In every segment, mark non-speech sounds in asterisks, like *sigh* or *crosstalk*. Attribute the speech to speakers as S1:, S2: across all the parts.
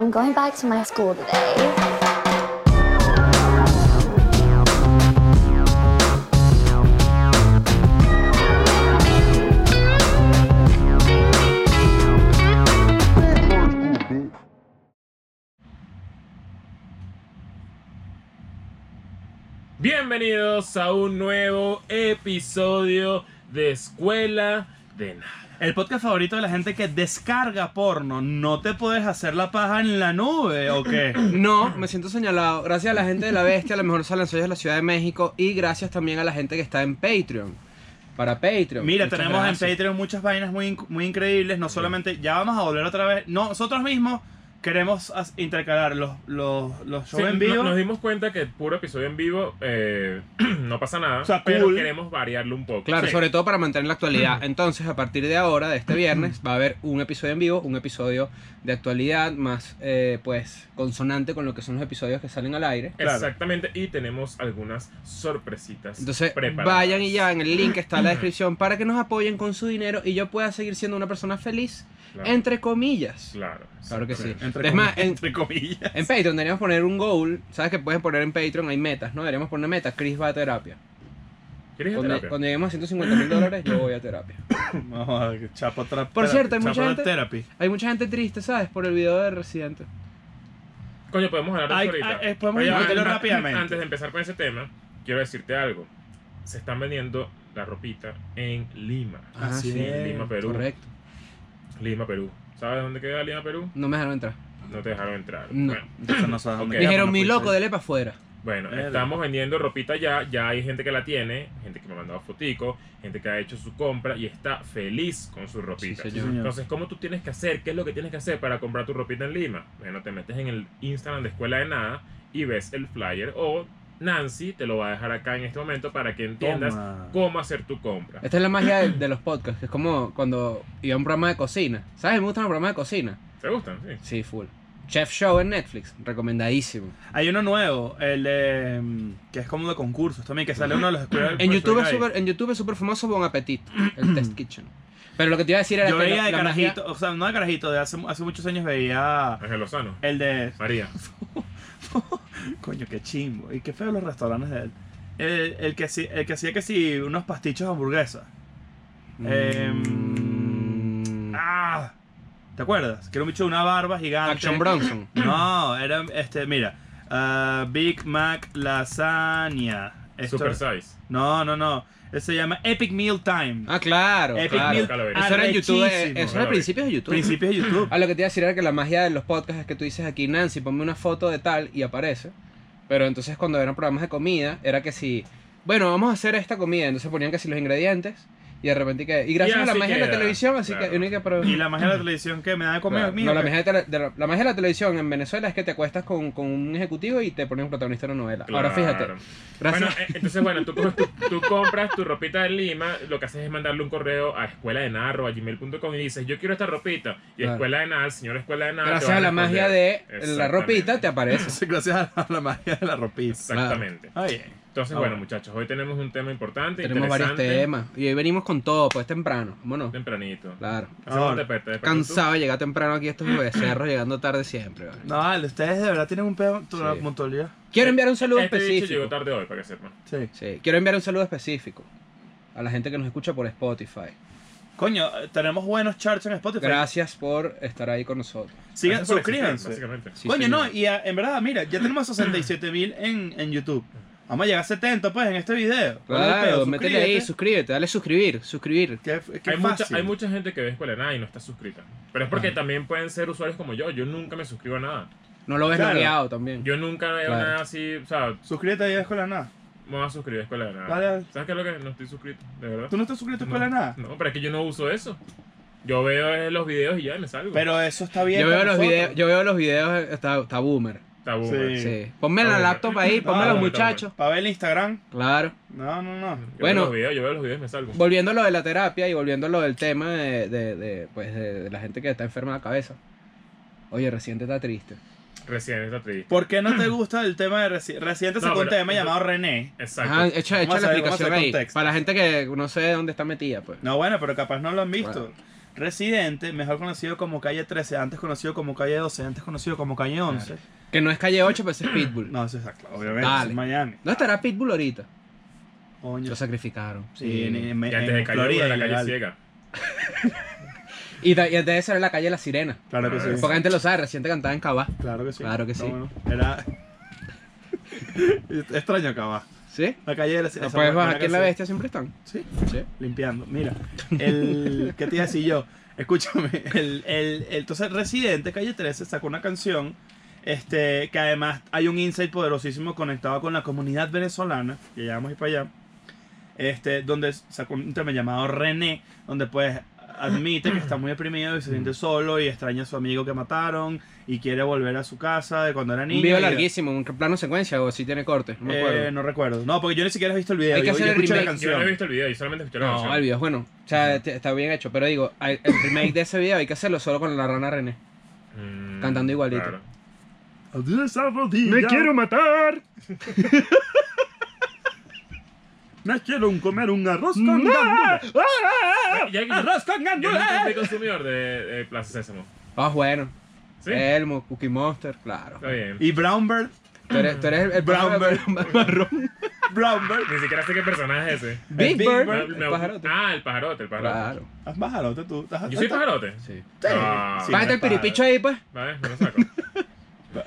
S1: I'm going back to my school today.
S2: Bienvenidos a un nuevo episodio de Escuela de Nada.
S3: El podcast favorito de la gente que descarga porno. ¿No te puedes hacer la paja en la nube o
S4: *coughs*
S3: qué?
S4: No, me siento señalado. Gracias a la gente de La Bestia, a lo mejor salen de la Ciudad de México. Y gracias también a la gente que está en Patreon. Para Patreon.
S3: Mira,
S4: Muchas
S3: tenemos
S4: gracias.
S3: en Patreon muchas vainas muy, inc- muy increíbles. No solamente, ya vamos a volver otra vez. No, nosotros mismos queremos as- intercalar los, los, los shows en vivo.
S2: nos dimos cuenta que puro episodio en vivo eh, *clears throat* no pasa nada,
S3: O sea,
S2: pero
S3: cool.
S2: queremos variarlo un poco.
S4: Claro,
S2: Sí.
S4: sobre todo para mantener
S3: Mm.
S4: la actualidad. Entonces, a partir de ahora, de este viernes, va a haber un episodio en vivo, un episodio de actualidad más, eh, pues, consonante con lo que son los episodios que salen al aire.
S3: Claro.
S2: Exactamente, y tenemos algunas sorpresitas.
S4: Entonces,
S2: preparadas.
S4: vayan y ya en el link que está en
S3: Mm.
S4: la descripción para que nos apoyen con su dinero y yo pueda seguir siendo una persona feliz,
S2: Claro,
S4: entre comillas.
S2: claro,
S4: Claro que sí.
S3: Entre
S4: Es más,
S3: comillas,
S4: en-
S3: entre comillas.
S4: En Patreon deberíamos poner un goal. Sabes que puedes poner en Patreon, hay metas, ¿no? Deberíamos poner meta. Chris va a terapia.
S2: ¿Quieres ir a
S4: Cuando,
S2: terapia?
S4: cuando lleguemos a 150 mil dólares, yo voy a terapia.
S3: *laughs* Vamos a ver, chapo tra-
S4: Por
S3: tera-
S4: cierto, hay mucha
S3: chapo
S4: gente-
S3: therapy.
S4: Hay mucha gente triste, ¿sabes? Por el video de Residente.
S2: Coño, podemos hablar de
S3: Ay,
S2: eso ahorita.
S3: ay, eh, podemos
S2: Oye,
S3: discutirlo
S2: an- an-
S3: rápidamente.
S2: Antes de empezar con ese tema, quiero decirte algo. Se están vendiendo la ropita en Lima.
S4: Ah,
S3: Así
S4: sí,
S3: es.
S2: Lima, Perú.
S4: Correcto.
S2: Lima, Perú. ¿Sabes dónde queda Lima, Perú?
S4: No me dejaron entrar.
S2: No te dejaron entrar.
S4: No.
S2: Bueno,
S3: Eso no
S4: *coughs*
S3: sabe dónde
S2: Ok.
S3: queda,
S4: Dijeron,
S3: no
S4: mi
S3: puede
S4: loco,
S3: ser".
S4: dele para afuera.
S2: Bueno,
S3: Verga.
S2: estamos vendiendo ropita ya, ya hay gente que la tiene, gente que me ha mandado fotico, gente que ha hecho su compra y está feliz con su ropita.
S3: Sí,
S4: Sí, señor.
S3: señor.
S2: Entonces, ¿cómo tú tienes que hacer? ¿Qué es lo que tienes que hacer para comprar tu ropita en Lima? Bueno, te metes en el Instagram de Escuela de Nada y ves el flyer o Nancy te lo va a dejar acá en este momento para que entiendas
S3: Toma.
S2: cómo hacer tu compra.
S4: Esta es la magia de, de los podcasts, que es como cuando iba a un programa de cocina. ¿Sabes? Me gustan los programas de cocina.
S2: ¿Te gustan? Sí.
S4: Sí, full. Chef Show en Netflix, recomendadísimo.
S3: Hay uno nuevo, el de, mm, que es como de concursos también, que sale uno
S4: *coughs*
S3: de los pues, escuelas.
S4: En YouTube, es super, en YouTube es súper famoso Bon Appetit, el Test Kitchen. Pero lo que te iba a decir era
S3: Yo
S4: que
S3: veía
S4: la-
S3: de
S4: la magia-
S3: carajito, o sea, no de carajito, de hace, hace muchos años veía
S2: Ángel Lozano.
S4: Eh,
S3: el de.
S2: María.
S3: Coño, qué chimbo. Y qué feo los restaurantes de él. El, el que, hacía- el que hacía que sí, unos pastichos de hamburguesa. Em,
S4: Mm.
S3: ¡Ah! ¿Te acuerdas? Que era un bicho de una barba gigante.
S4: Action Bronson.
S3: No, era este, mira. ah, Big Mac Lasagna. Esto-
S2: Super Size.
S3: No, no, no. Eso se llama Epic Meal Time.
S4: Ah, claro.
S3: Epic
S4: claro.
S3: Meal
S2: Claro,
S4: Eso era en YouTube. eh,
S3: arrechísimo.
S4: Eso era a principios de YouTube.
S3: Principios de
S4: *laughs*
S3: YouTube.
S4: Ah, lo que te iba a decir era que la magia de los podcasts es que tú dices aquí, Nancy, ponme una foto de tal y aparece. Pero entonces cuando eran programas de comida, era que si, bueno, vamos a hacer esta comida. Entonces ponían que si los ingredientes y de repente que. Y gracias
S2: Y
S4: a la
S2: así
S4: magia de la
S2: queda,
S4: televisión, así
S2: claro.
S4: que única pero-
S3: Y la magia de la televisión que me da de comer
S4: Claro.
S3: mío.
S4: No, la,
S3: que-
S4: magia de tele- de la, la magia de la televisión en Venezuela es que te acuestas con, con un ejecutivo y te pones un protagonista de una novela. Ahora fíjate,
S2: Claro.
S4: gracias.
S2: Bueno, eh, entonces, bueno, tú, *laughs* tú, tú compras tu ropita de Lima, lo que haces es mandarle un correo a escuela de nada, arroba gmail.com y dices, yo quiero esta ropita. Y
S4: Claro.
S2: escuela de nada, el señor escuela de nada. te
S4: gracias
S2: va
S4: a la magia de
S2: responder.
S4: la ropita te aparece.
S3: Sí, *laughs* Gracias a la magia de la ropita.
S2: Exactamente.
S3: Oye.
S2: Entonces,
S3: Ah,
S2: bueno,
S3: bueno.
S2: muchachos, hoy tenemos un tema importante,
S4: Tenemos varios
S2: interesante.
S4: temas. Y hoy venimos con todo, pues temprano. Vámonos.
S2: Tempranito.
S4: Claro.
S2: Hacemos
S3: Ahora,
S2: te- te- te-
S4: Cansado de llegar temprano aquí a estos becerros, llegando tarde siempre. vale.
S3: No, eh, vale, ustedes de verdad tienen un pedo tu
S4: Sí.
S3: montolía.
S4: Quiero enviar un saludo
S2: Este bicho llegó
S4: específico.
S2: tarde hoy, para que sepan.
S3: Sí.
S4: Sí, quiero enviar un saludo específico a la gente que nos escucha por Spotify.
S3: Coño, tenemos buenos charts en Spotify.
S4: Gracias por estar ahí con nosotros.
S3: Sigan,
S2: Gracias por
S3: suscríbanse.
S2: existir, básicamente.
S4: Sí,
S3: Coño,
S4: señor.
S3: no, y a- en verdad, mira, ya tenemos 67 mil en, en YouTube. Vamos a llegar a 70 pues en este video. ¿Cuál es el
S4: Claro,
S3: pedo?
S4: métele ahí, suscríbete, dale suscribir, suscribir.
S3: Qué, qué
S2: Hay mucha,
S3: fácil.
S2: hay mucha gente que ve escuela de nada y no está suscrita. Pero es porque también pueden ser usuarios como yo. Yo nunca me suscribo a nada.
S4: No lo ves
S3: Claro.
S4: logueado también.
S2: Yo nunca veo
S4: Claro.
S2: nada así, o sea,
S3: Suscríbete ahí a Escuela de Nada.
S2: Me voy a suscribir a Escuela de Nada.
S3: Dale, dale.
S2: ¿Sabes qué es lo que? No estoy suscrito, de verdad.
S3: ¿Tú no estás suscrito a Escuela de Nada?
S2: Ah. No, pero es que yo no uso eso. Yo veo eh, los videos y ya me salgo.
S3: Pero eso está bien.
S4: Yo veo,
S3: para
S4: los
S3: nosotros.
S4: videos, yo veo los videos, está, está boomer.
S2: Está pues. bueno.
S3: Sí.
S4: Sí. Ponme la
S2: Está
S4: laptop ahí, ponme
S3: Ah,
S4: a los
S2: bueno, está
S4: muchachos.
S3: Para ver el Instagram.
S4: Claro.
S3: No, no, no.
S2: Yo
S4: Bueno.
S2: veo los videos, yo veo los videos y me salgo.
S4: Volviendo a lo de la terapia y volviendo a lo del tema de, de- de, pues, de, de la gente que está enferma de la cabeza. Oye, reciente está triste.
S2: Recién está triste.
S3: ¿Por qué no te gusta el tema de reci- Reciente sacó
S2: No,
S3: un
S2: pero-
S3: tema llamado René?
S2: Exacto.
S4: Ajá, echa,
S3: Vamos
S4: echa
S3: a
S4: la
S3: ver, vamos a
S4: explicación
S3: ver
S4: ahí.
S3: contexto.
S4: Para la gente que no sé de dónde está metida, pues.
S3: No, bueno, pero capaz no lo han visto. Residente, mejor conocido como calle 13, antes conocido como calle 12, antes conocido como calle 11.
S4: Que no es calle 8, pero ese es Pitbull.
S3: No, eso es exacto, obviamente,
S4: Dale.
S3: eso es Miami.
S4: ¿Dónde estará Pitbull ahorita?
S3: Coño.
S4: Lo sacrificaron.
S3: Sí, en, en-
S2: Y
S3: en
S2: antes de calle
S3: Florida,
S2: Uber, la calle
S3: ilegal.
S2: ciega.
S4: Y, da- y antes de eso era la calle La Sirena.
S3: Claro que sí.
S4: Poca gente lo sabe, reciente cantaba en Cabá.
S3: Claro que sí.
S4: Claro que
S3: No,
S4: sí.
S3: bueno, era... *laughs* Extraño acabar.
S4: ¿Sí?
S3: La calle de la
S4: Después
S3: esa-
S4: vas
S3: era
S4: aquí en la bestia, siempre están.
S3: Sí,
S4: Sí.
S3: limpiando. Mira, el... ¿Qué te iba a decir yo? Escúchame. El, el, el- entonces, Residente, calle 13, sacó una canción este, que además hay un insight poderosísimo conectado con la comunidad venezolana, que ya vamos a ir para allá, este, donde sacó un tema llamado René, donde pues admite que está muy deprimido y se siente solo y extraña a su amigo que mataron y quiere volver a su casa de cuando era niño.
S4: Un video
S3: y-
S4: larguísimo, un plano secuencia o si tiene corte, no me acuerdo.
S3: Eh, no recuerdo. No, porque yo ni siquiera he visto el video.
S4: Hay que
S3: yo,
S4: hacer
S3: yo
S4: el
S3: escuché la
S4: remake.
S2: Yo no
S3: canción.
S2: he visto el video, yo solamente escuché la
S4: No,
S2: canción.
S4: el video es bueno. O sea, te- está bien hecho. Pero digo, el el remake de ese video hay que hacerlo solo con la rana René.
S2: Mm,
S4: Cantando igualito.
S2: claro.
S3: Me
S2: matar!
S3: Me quiero un comer un arroz
S4: con
S3: gandules.
S2: Ya que- Arroz
S3: Ah, con
S2: Yo nunca fui consumidor de, de Plaza Sésamo.
S4: Ah, bueno.
S2: ¿Sí?
S4: Elmo, Cookie Monster, claro.
S2: Está bien.
S3: Y Brown Bird.
S4: Tú eres, tú eres el, el
S3: Brown
S4: pájaro
S3: Bird.
S4: mar- marrón.
S3: Brown Bird.
S2: Ni siquiera sé qué personaje es ese.
S4: *laughs* Big,
S3: Big
S4: Bird.
S3: Bird,
S2: Me-
S4: el
S2: me-
S4: pajarote.
S2: Ah, el pajarote, el pajarote.
S4: Claro.
S3: Haz pajarote Ah, tú. estás-
S2: Yo soy
S3: estás-
S2: pajarote.
S4: Sí.
S3: Sí,
S2: Ah.
S3: sí,
S4: Cállate el
S3: eres pájaro.
S4: piripicho ahí, pues.
S2: ¿Vale? Me lo saco.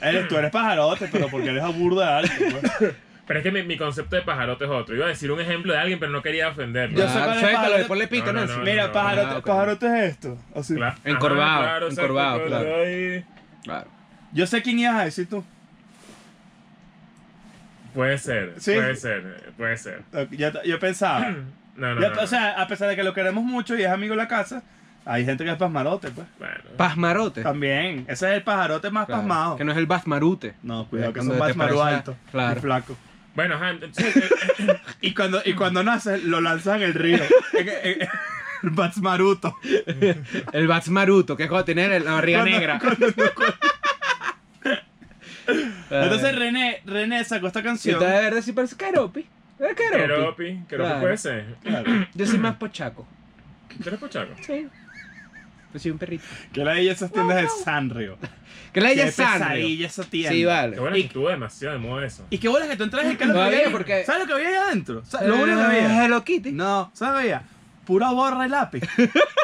S3: Eres, tú eres pajarote, pero porque eres aburda de alto. pues.
S2: Pero es que mi, mi concepto de pajarote es otro. Iba a decir un ejemplo de alguien, pero no quería ofenderlo.
S3: Yo
S4: Claro,
S3: sé cuál es el
S4: suéltalo,
S3: pajarote.
S4: ponle pito,
S2: No, no,
S4: Nancy.
S2: no,
S3: Mira, pajarote,
S4: Ah, ok.
S3: pajarote es esto. Así.
S2: Cla- Ajá,
S4: Encorvado,
S2: exacto, pues,
S4: encorvado,
S2: con-
S4: claro.
S2: ay,
S4: Claro.
S3: Yo sé quién ibas a decir tú.
S2: Puede ser,
S3: Sí.
S2: puede ser, puede ser. *clears throat*
S3: Ok, ya te- yo pensaba.
S2: No, no,
S3: Ya-
S2: no.
S3: O sea, a pesar de que lo queremos mucho y es amigo de la casa, hay gente que es pasmarote, pues.
S2: bueno.
S4: Pasmarote.
S3: También. Ese es el pajarote más
S4: Claro.
S3: pasmado.
S4: Que no es el basmarute.
S3: No, cuidado, que
S4: Cuando
S3: son
S4: te
S3: más maru
S4: parece-
S3: alto
S4: claro.
S3: y flaco.
S2: Bueno, ajá, entonces, eh,
S4: *laughs*
S2: eh,
S3: Y cuando, y cuando naces, lo lanzan en el río. *laughs* En- en- en- el Bats Maruto.
S4: El basmaruto, que es cuando tiene la barriga
S3: Cuando-
S4: negra. Ay.
S3: *laughs* Entonces René, René sacó esta
S4: Si
S3: canción.
S4: te de verde sí parece Caropi. Era Caropi.
S2: Keropi, Keropi
S4: Claro.
S2: puede ser. *clears throat*
S3: Claro.
S4: Yo soy más pochaco.
S2: ¿Tú eres pochaco?
S4: Sí. Yo
S3: Pues
S4: soy un perrito.
S3: Que la de esas tiendas de Sanrio.
S4: Que la ella
S3: Qué
S4: es sana.
S3: pesadilla esa tienda.
S4: Sí,
S2: Qué
S4: vale.
S2: bueno
S3: Y-
S2: que estuvo demasiado de moda eso.
S3: Y qué bolas que tú entras en Carlos
S4: No había,
S3: Villain.
S4: porque- Eh.
S3: ¿Sabes lo que había ahí adentro? ¿Sabes Lo único que había.
S4: Hello Kitty.
S3: No, ¿sabes lo que había? Pura borra y lápiz.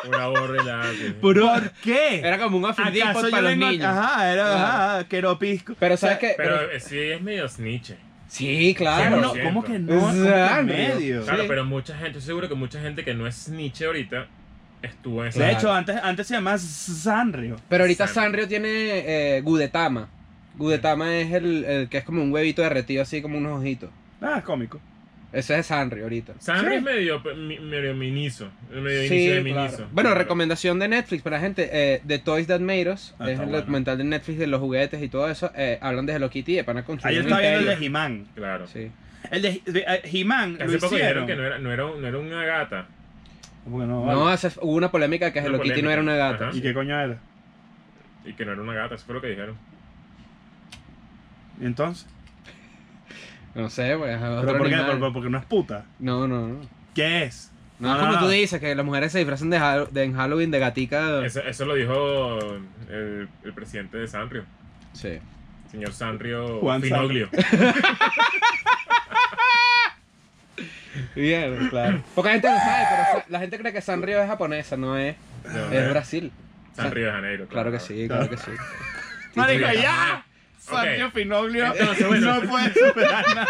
S2: Una borra y la-
S4: *laughs* Puro-
S3: ¿Por qué?
S4: Era como un afrodisco
S3: ¿Acaso yo
S4: para los
S3: vengo-
S4: niños.
S3: Ajá, era,
S4: Claro.
S3: ajá, queropisco.
S4: Pero
S3: O sea,
S4: sabes que.
S2: Pero eh, sí es medio snitche.
S4: Sí, claro.
S2: Sí,
S3: No,
S2: Cien
S3: ¿Cómo
S2: por
S3: que
S4: ciento.
S3: no? ¿Cómo que
S4: Sanrio.
S3: medio?
S2: Claro,
S4: Sí.
S2: pero mucha gente, estoy seguro que mucha gente que no es Nietzsche ahorita estuvo en esa.
S3: De
S4: Claro.
S3: hecho, antes, antes se llamaba Sanrio.
S4: Pero ahorita
S2: Sanrio.
S4: Sanrio tiene eh, Gudetama. Gudetama es el, el que es como un huevito derretido, así como unos ojitos.
S3: Ah, es cómico.
S4: Ese es Sanrio ahorita.
S2: Sanrio
S3: Sí.
S2: es medio, pues, mi- medio miniso. Medio inicio de
S4: Sí,
S2: miniso.
S4: claro. Bueno, recomendación de Netflix para la gente. eh, The Toys That Made Us.
S3: Ah, está
S4: es el
S3: bueno.
S4: documental de Netflix de los juguetes y todo eso. eh, hablan de Hello Kitty y de Pana construir
S3: Ayer
S4: un
S3: Ah, estaba viendo el
S4: imperio.
S3: de He-Man.
S2: Claro.
S4: Sí.
S3: El de He- de- eh, He-Man
S2: Que
S3: lo
S2: Hace poco dijeron
S3: hicieron.
S2: que no era, no, era, no era una gata.
S3: ¿Cómo que no, vale?
S4: No, hace- hubo una polémica que
S2: Una
S4: Hello Kitty no era una
S2: polémica,
S4: gata.
S2: ajá.
S3: ¿Y qué coño era?
S2: Y que no era una gata, eso fue lo que dijeron.
S3: ¿Y entonces?
S4: No sé, pues. otro
S3: ¿Pero por qué?
S4: animal.
S3: ¿Por- por- porque no es puta.
S4: No, no, no.
S3: ¿Qué es?
S4: No, es
S3: no,
S4: como
S3: no.
S4: tú dices, que las mujeres se disfrazan de, Hall- de- en Halloween de gatica.
S2: Eso, eso lo dijo el, el presidente de Sanrio.
S4: Sí.
S2: Señor Sanrio
S3: Juan
S2: Finoglio.
S4: *laughs* Bien, claro. Poca gente lo sabe, pero sa- la gente cree que Sanrio es japonesa, no es.
S2: De donde
S4: Es Brasil.
S2: Sanrio de Janeiro.
S4: Claro que sí, claro que sí.
S3: ¡Marico,
S2: sí.
S3: ya! Sanrio
S2: Ok.
S3: Finoglio
S2: Entonces, bueno.
S3: no puede superar nada.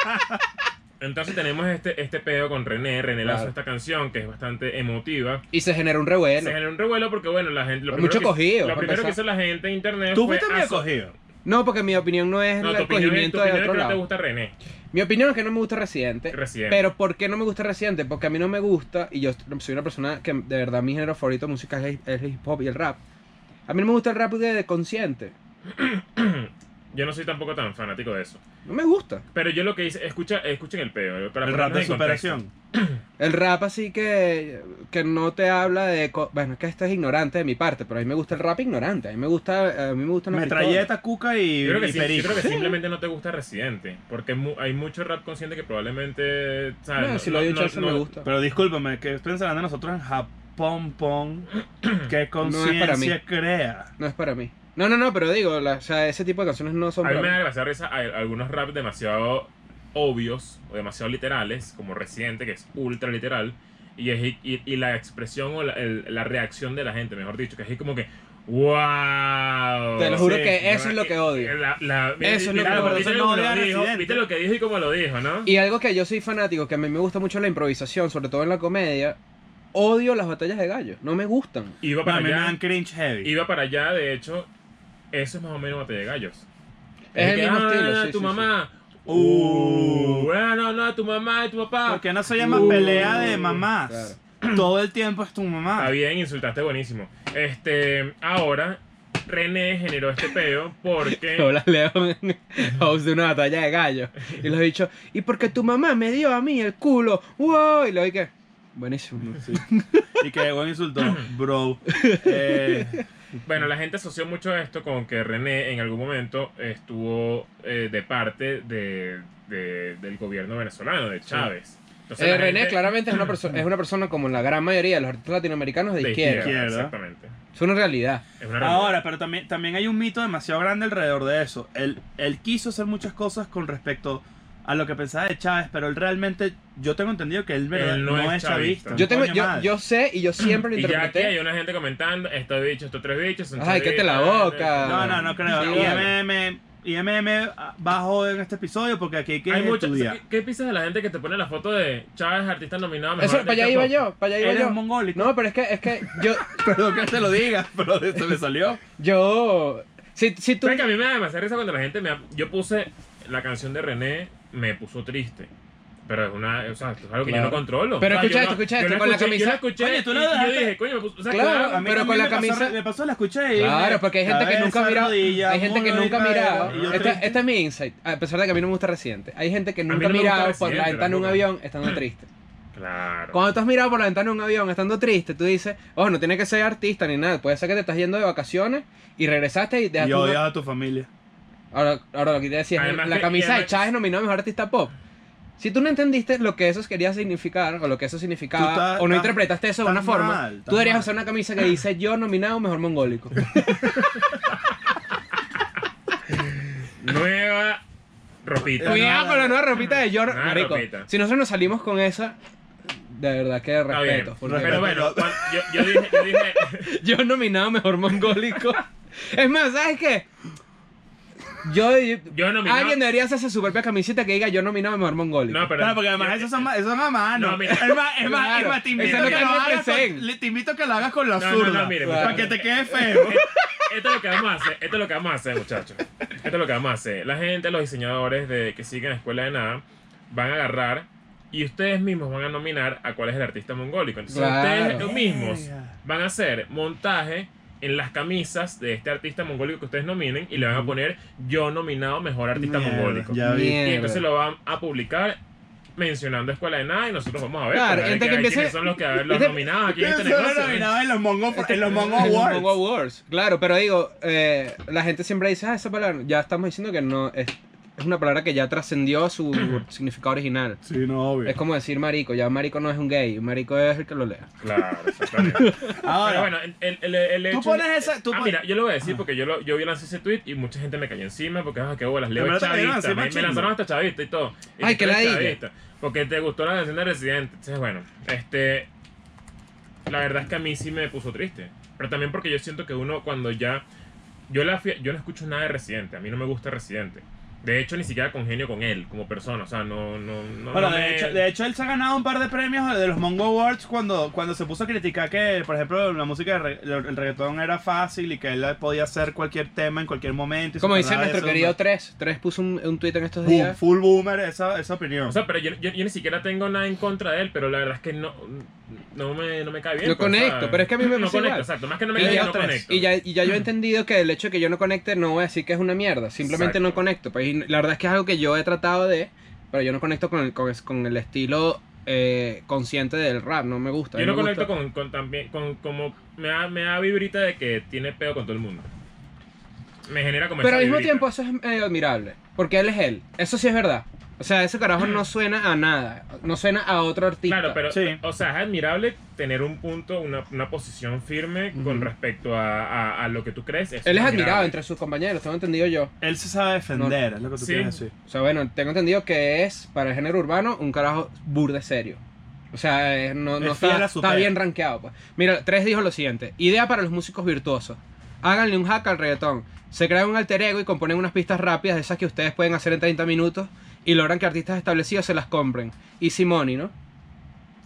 S2: Entonces tenemos este, este pedo con René. René lanzó
S4: Claro.
S2: esta canción que es bastante emotiva.
S4: Y se genera un revuelo.
S2: Se generó un revuelo porque, bueno, la gente. Lo
S4: Fue mucho
S2: primero que-
S4: cogido,
S2: Lo
S4: para
S2: primero que hizo
S4: empezar.
S2: la gente en internet.
S3: Tú
S2: fue
S3: fuiste muy
S2: aso-
S3: acogido.
S4: No, porque mi opinión no es
S2: No, tu opinión
S4: el
S2: es, tu
S4: cogimiento de
S2: opinión es
S4: otro
S2: que no te
S4: lado.
S2: gusta René.
S4: Mi opinión es que no me gusta Residente.
S2: Residente.
S4: Pero ¿por qué no me gusta Residente? Porque a mí no me gusta, y yo soy una persona que de verdad mi género favorito de música es el hip hop y el rap. A mí no me gusta el rap de, de consciente.
S2: Yo no soy tampoco tan fanático de eso.
S4: No me gusta.
S2: Pero yo lo que hice. Escucha, escuchen el pedo. Para
S3: El
S2: ponernos
S3: rap de
S2: en contexto.
S3: superación.
S4: El rap así que, que no te habla de... co- Bueno, es que esto es ignorante de mi parte, pero a mí me gusta el rap ignorante. A mí me gusta... A mí me gustan los pistolas.
S3: Metralleta, cuca y,
S2: Yo creo, que
S3: y
S2: sí, yo
S3: perico.
S2: creo que simplemente no te gusta Residente. Porque mu- hay mucho rap consciente que probablemente. ¿sabes?
S4: No, si lo doy un chance me gusta.
S3: Pero discúlpame, que pensarán de nosotros en Jap- pompón que
S4: para mí.
S3: conciencia crea.
S4: No es para mí. No, no, no, pero digo, la- o sea, ese tipo de canciones no son
S2: A mí
S4: para
S2: me da
S4: mí.
S2: demasiada risa hay algunos rap demasiado obvios o demasiado literales, como Residente, que es ultra literal, y, es, y, y la expresión o la, el- la reacción de la gente, mejor dicho, que es como que, wow.
S4: Te lo juro
S3: Sí,
S4: que eso es lo que odio.
S2: eh, La- la- mira,
S4: Eso es lo
S2: mira,
S4: que-
S2: pero
S3: eso
S2: ¿Viste
S3: no
S2: cómo
S3: odia
S2: lo
S3: a
S2: dijo?
S3: Residente.
S2: ¿Viste lo que dijo y cómo lo dijo, no?
S4: Y algo que yo soy fanático, que a mí me gusta mucho la improvisación, sobre todo en la comedia, odio las batallas de gallo. No me gustan.
S2: Iba
S3: Para
S2: para
S3: mí me
S2: allá,
S3: dan cringe heavy.
S2: iba para allá, de hecho, eso es más o menos batalla de gallos.
S4: Es el
S2: que,
S4: mismo
S2: ah,
S4: estilo, sí,
S2: tu
S4: sí,
S2: mamá.
S3: Uh.
S2: Uh, ah, no, no, tu mamá y tu papá.
S3: Porque no se llama
S4: Uh,
S3: pelea de mamás. Todo el tiempo es tu mamá.
S2: Está bien, insultaste buenísimo. Este, ahora, René generó este peo porque.
S4: *laughs* Hola León en house de una batalla de gallo. Y los bichos, y porque tu mamá me dio a mí el culo, wow, y lo que. Buenísimo.
S3: *laughs* Y que buen insulto,
S4: *laughs*
S3: bro. Eh,
S2: bueno, la gente asoció mucho esto con que René en algún momento estuvo eh, de parte de, de- del gobierno venezolano, de Chávez. Entonces,
S4: Eh,
S2: la
S4: René
S2: gente-
S4: claramente es una, persona, es una persona como la gran mayoría de los artistas latinoamericanos de,
S2: De
S4: izquierda.
S2: izquierda,
S3: Izquierda.
S2: Exactamente.
S4: Es una realidad.
S2: Es una realidad.
S3: ahora, pero también, también hay un mito demasiado grande alrededor de eso. Él, él quiso hacer muchas cosas con respecto a lo que pensaba de Chávez, pero él realmente, yo tengo entendido que él, verdad-
S2: Él
S3: no, es chavista.
S4: Yo tengo,
S3: Coño
S4: yo,
S3: madre.
S4: yo sé y yo siempre
S2: *clears throat*
S4: lo
S2: Y ya aquí hay
S4: interpreté.
S2: una gente comentando, estos bichos, estos tres bichos, son
S4: Ay,
S2: chavistas,
S4: cállate la boca.
S3: No, no, no creo.
S4: Sí, vale.
S3: IMM, IMM bajó en este episodio porque aquí hay que
S2: Hay mucho-
S3: estudiar.
S2: ¿qué, ¿Qué piensas de la gente que te pone la foto de Chávez, artista nominado? a mejor
S4: Eso,
S2: artista
S4: para allá iba
S2: pop?
S4: yo, para allá iba
S3: Eres
S4: yo.
S3: mongólico.
S4: No, pero es que, es que yo,
S3: Perdón que te lo
S4: *laughs*
S3: diga, pero se me salió.
S4: yo, si, si tú,
S2: ¿Sabes que a mí me da demasiada risa cuando la gente me... ha- Yo puse la canción de René, me puso triste. Pero es una... O sea, esto es algo que yo
S4: Claro.
S2: no controlo.
S4: Pero
S2: O sea,
S4: escucha
S2: yo
S4: esto,
S2: no- yo
S4: escucha esto,
S2: no
S4: con la
S2: escuché-
S4: camisa-
S2: Yo la escuché
S3: Coño, tú
S2: y
S3: la
S2: yo
S3: dejaste-
S2: dije, coño, me puso... O sea,
S4: Claro,
S2: claro,
S3: A mí
S4: Pero
S3: también
S4: con la
S3: me pasó-
S4: camisa-
S3: me pasó la escuché y-
S4: Claro, porque hay gente que nunca
S3: Cabeza,
S4: ha mirado.
S3: rodilla,
S4: hay gente que
S3: muslo y
S4: nunca ha
S3: cadera.
S4: mirado.
S3: Y yo
S4: Este,
S3: triste.
S4: este es mi insight. A pesar de que a mí no me gusta Residente. Hay gente que
S2: mí
S4: nunca ha
S2: no me gusta
S4: mirado por la
S2: Residente,
S4: ventana de un
S2: tampoco.
S4: avión estando triste.
S2: Claro.
S4: Cuando tú has mirado por la ventana de un avión estando triste, tú dices, ojo, no tiene que ser artista ni nada. Puede ser que te estás yendo de vacaciones y regresaste y dejaste.
S3: Y
S4: una-
S3: odias a tu familia.
S4: Ahora, ahora lo que te decía es
S2: Además
S4: la
S2: que- y
S4: camisa de
S2: además-
S4: Chávez nominó a mejor artista pop. Si tú no entendiste lo que eso quería significar, o lo que eso significaba,
S3: Tú estás-
S4: o no
S3: estás-
S4: interpretaste eso de
S3: estás
S4: una forma,
S3: mal, estás
S4: tú deberías
S3: mal.
S4: usar una camisa que dice yo nominado mejor
S3: *laughs*
S4: mongólico.
S2: Nueva ropita.
S4: Cuidado con la nueva ropita de
S2: *laughs*
S4: Jordan,
S2: Nueva
S4: marico.
S2: ropita.
S4: Si nosotros nos salimos con esa, de verdad que
S2: Está bien.
S4: respeto. porque
S2: Pero bueno, cuando- yo, yo dije... Yo
S3: *laughs*
S2: dije
S4: Yo nominado mejor mongólico. *laughs* es más, ¿sabes qué? Yo,
S2: Yo nominado-
S4: Alguien debería hacerse su propia camiseta que diga yo nominado mejor mongólico.
S2: no, pero...
S3: Claro, porque además
S2: yo- eh,
S3: esos son, ma- esos son a mano.
S2: No, mira.
S3: es más, es más, es
S4: Claro,
S3: más, te invito,
S4: esa no
S3: que
S4: te
S3: lo hagas
S4: represent.
S3: con, le- te invito que lo hagas con la
S2: No, no, no,
S3: zurda.
S2: mire,
S3: para que
S4: muchachos.
S3: te quede feo.
S2: Esto es lo que vamos a hacer, esto es lo que vamos a hacer, muchachos. Esto es lo que vamos a hacer. La gente, los diseñadores de que siguen la escuela de nada, van a agarrar y ustedes mismos van a nominar a cuál es el artista mongólico. Entonces
S4: Claro.
S2: ustedes mismos van a hacer montaje en las camisas de este artista mongólico que ustedes nominen y le van a poner yo nominado mejor artista
S3: Mierda,
S2: mongólico.
S3: ya vi.
S4: Mierda.
S2: Y entonces lo van a publicar mencionando escuela de nada y nosotros vamos a ver, pues,
S4: Claro,
S2: a ver
S4: entonces
S2: qué-
S4: que empiece-
S2: quiénes son los que a ver, los
S4: Este-
S2: nominados aquí en
S3: Eso
S2: este
S3: lo
S2: negocio.
S3: nominaba en los Mongo, en los Este Mongo
S4: En los
S3: Awards.
S4: Mongo Awards, Claro, pero digo, eh, la gente siempre dice, ah, esa palabra, ya estamos diciendo que no, es, es una palabra que ya trascendió
S2: *clears throat*
S4: su significado original.
S3: Sí, no, obvio.
S4: Es como decir marico, ya marico no es un gay, un marico es el que lo lea.
S2: Claro, exactamente.
S3: Ahora,
S2: Pero bueno, el, el- el- el hecho...
S3: tú pones esa... Tú
S2: ah,
S3: pones-
S2: mira, yo lo voy a decir porque yo, lo, yo lancé ese tweet y mucha gente me cayó encima porque, ah, qué bolas, Leo
S3: Pero
S2: es
S3: te cayeron
S2: chavista.
S3: encima,
S2: Me, me
S3: chisme.
S2: lanzaron hasta chavista y todo. Y
S4: Ay,
S2: tú
S4: qué
S2: eres
S4: ladilla.
S2: chavista, Porque te gustó la canción de Residente. Entonces, bueno, este... La verdad es que a mí sí me puso triste. Pero también porque yo siento que uno cuando ya... Yo, la fui- yo no escucho nada de Residente. A mí no me gusta Residente. De hecho, ni siquiera congenio con él como persona. O sea, no... no, no
S3: Bueno,
S2: no
S3: de
S2: me-
S3: hecho, de hecho, él se ha ganado un par de premios de los Mongo Awards cuando, cuando se puso a criticar que, por ejemplo, la música, de re- el reggaetón era fácil y que él podía hacer cualquier tema en cualquier momento. y
S4: Como
S3: se
S4: dice
S3: trataba de
S4: nuestro
S3: eso,
S4: querido
S3: ¿no?
S4: 3, 3 puso un, un tweet en estos
S3: Boom,
S4: días.
S3: full boomer esa, esa opinión.
S2: O sea, pero yo, yo, yo ni siquiera tengo nada en contra de él, pero la verdad es que no, no, me, no me cae bien.
S4: No
S2: pues, o
S4: conecto,
S2: sea,
S4: pero es que a mí me
S2: No
S4: pasa
S2: conecto,
S4: igual.
S2: exacto. Más que no me
S4: Y
S2: cae
S4: ya
S2: bien, no
S3: tres,
S2: conecto.
S4: Y ya, y ya
S2: *clears throat*
S4: yo he entendido que el hecho de que yo no conecte no voy a decir que es una mierda, simplemente no
S2: Exacto.
S4: conecto. Pues, y la verdad es que es algo que yo he tratado de, pero yo no conecto con el, con es- con el estilo eh, consciente del rap, no me gusta. a
S2: Yo
S4: mí
S2: no
S4: me
S2: conecto
S4: gusta-
S2: con, con también, con como me da, me da vibrita de que tiene peo con todo el mundo. Me genera como
S4: Pero
S2: esa
S4: al mismo
S2: vibrita.
S4: tiempo eso es medio admirable, porque él es él, eso sí es verdad. O sea, ese carajo no suena a nada. No suena a otro artista.
S2: Claro, pero,
S3: Sí.
S2: o sea, es admirable tener un punto, una, una posición firme con
S4: Ujú.
S2: respecto a, a- a lo que tú crees. es
S4: Él es admirado entre sus compañeros, tengo entendido yo.
S3: Él se sabe defender, es lo que tú
S2: Sí.
S3: quieres decir.
S4: O sea, bueno, tengo entendido que es, para el género urbano, un carajo burde serio. O sea, es- no, no
S3: Es fiel
S4: está,
S3: a su
S4: está
S3: pega.
S4: bien rankeado. Pues. Mira, tres dijo lo siguiente. Idea para los músicos virtuosos. Háganle un hack al reggaetón. Se crean un alter ego y componen unas pistas rápidas de esas que ustedes pueden hacer en 30 minutos y logran que artistas establecidos se las compren. Y Simoni, ¿no?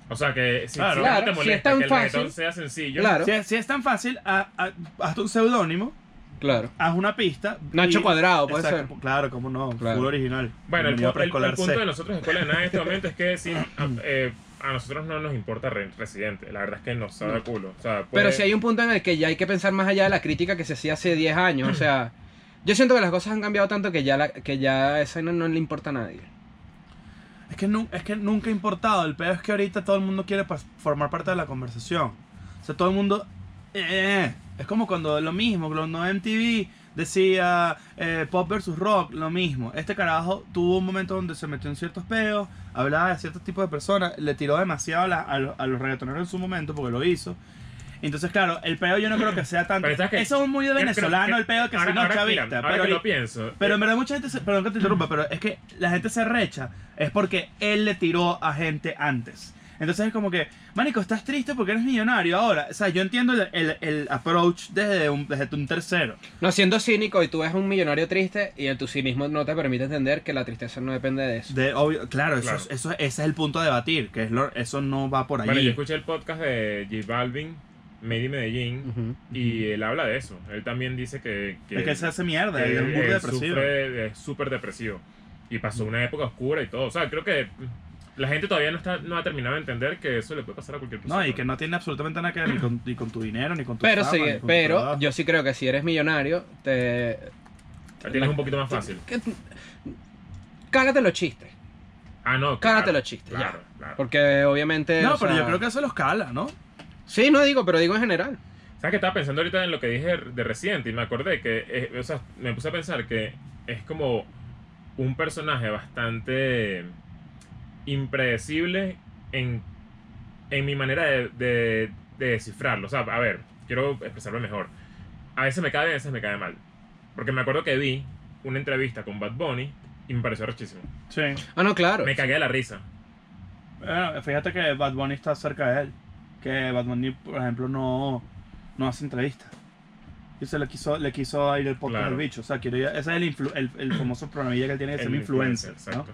S2: O sea, que si,
S3: Claro.
S2: si no
S4: Claro,
S2: te
S4: si
S2: molesta
S4: es tan
S2: que el reggaetón
S4: fácil.
S2: sea sencillo.
S4: Claro,
S3: Si, es- si es tan fácil, ha- ha- hazte un seudónimo,
S4: claro.
S3: haz una pista.
S4: Nacho Cuadrado, puede
S3: Exacto, Claro, cómo no,
S4: Claro.
S3: full original.
S2: Bueno, el,
S3: Bienvenido a
S2: pu- el- el
S3: preescolar
S2: punto
S3: C.
S2: de nosotros, Escuela de Nada, en este momento es que sí, a, eh, a nosotros no nos importa Re- Residente. La verdad es que nos sabe a culo. O sea, puede-
S3: Pues-
S4: Pero si hay un punto en el que ya hay que pensar más allá de la crítica que se hacía hace 10 años. O sea, yo siento que las cosas han cambiado tanto que ya, la, que ya esa no, no le importa a nadie.
S3: Es que, nu- es que nunca ha importado. El peor es que ahorita todo el mundo quiere pas- formar parte de la conversación. O sea, todo el mundo. eh, es como cuando lo mismo, cuando MTV decía eh, pop versus rock, lo mismo. Este carajo tuvo un momento donde se metió en ciertos peos, hablaba de ciertos tipos de personas, le tiró demasiado a, la- a los- a los reggaetoneros en su momento porque lo hizo. Entonces, claro, el peo yo no creo que sea tanto.
S2: Pero ¿sabes qué?
S3: Eso es muy de
S2: Creo- creo
S3: venezolano, el peo que
S2: ahora-
S3: si no
S2: ahora-
S3: chavista.
S2: mira, ahora
S3: pero
S2: que
S3: ahorita-
S2: lo pienso. eh,
S3: pero en verdad mucha gente se... Perdón que te interrumpa, pero es que la gente se recha. Es porque él le tiró a gente antes. Entonces es como que, Marico, estás triste porque eres millonario ahora. O sea, yo entiendo el, el- el approach desde un, desde un tercero.
S4: No, siendo cínico y tú ves a un millonario triste y el tu cinismo no te permite entender que la tristeza no depende de eso.
S3: De, obvio, claro, eso,
S2: Claro.
S3: es- Eso, ese es el punto a debatir, que es lo- eso no va por allí.
S2: Bueno, yo escuché el podcast de J Balvin, Made in Medellín,
S4: Ujú.
S2: y él habla de eso. Él también dice que... que-
S3: es que se hace mierda,
S2: que
S3: es un
S2: él
S3: burro depresivo.
S2: sufre- es súper depresivo. Y pasó una época oscura y todo. O sea, creo que la gente todavía no, está, no ha terminado de entender que eso le puede pasar a cualquier persona.
S3: No, y que no tiene absolutamente nada que ver ni con, ni con tu dinero, ni con tu
S4: Pero,
S3: fama,
S4: sí,
S3: ni con tu
S4: pero
S3: trabajo.
S4: yo sí creo que si eres millonario, te...
S2: La tienes un poquito más fácil.
S4: que- Cálate los chistes.
S2: Ah, no.
S4: Cálate
S2: claro,
S4: los chistes, ya.
S2: Claro, claro.
S4: Porque obviamente...
S3: No,
S4: o
S3: pero
S4: sea,
S3: yo creo que eso los cala, ¿no?
S4: Sí, no digo, pero digo en general.
S2: ¿Sabes que estaba pensando ahorita en lo que dije de reciente? Y me acordé que, eh, o sea, me puse a pensar que es como un personaje bastante impredecible en, en mi manera de, de- de descifrarlo. O sea, a ver, quiero expresarlo mejor. A veces me cae bien, a veces me cae mal. Porque me acuerdo que vi una entrevista con Bad Bunny y me pareció rechísimo.
S3: Sí.
S4: Ah, no, claro.
S2: Me cagué de la risa.
S3: Bueno, fíjate que Bad Bunny está cerca de él. Que Bad Bunny, por ejemplo, no, no hace entrevistas. Y se le quiso, le quiso ir el podcast
S2: Claro.
S3: al bicho. O sea, quiere ir a- ese es el, influ- el, el famoso programilla que él tiene que ser
S2: El
S3: un influencer. ¿no?
S2: exacto.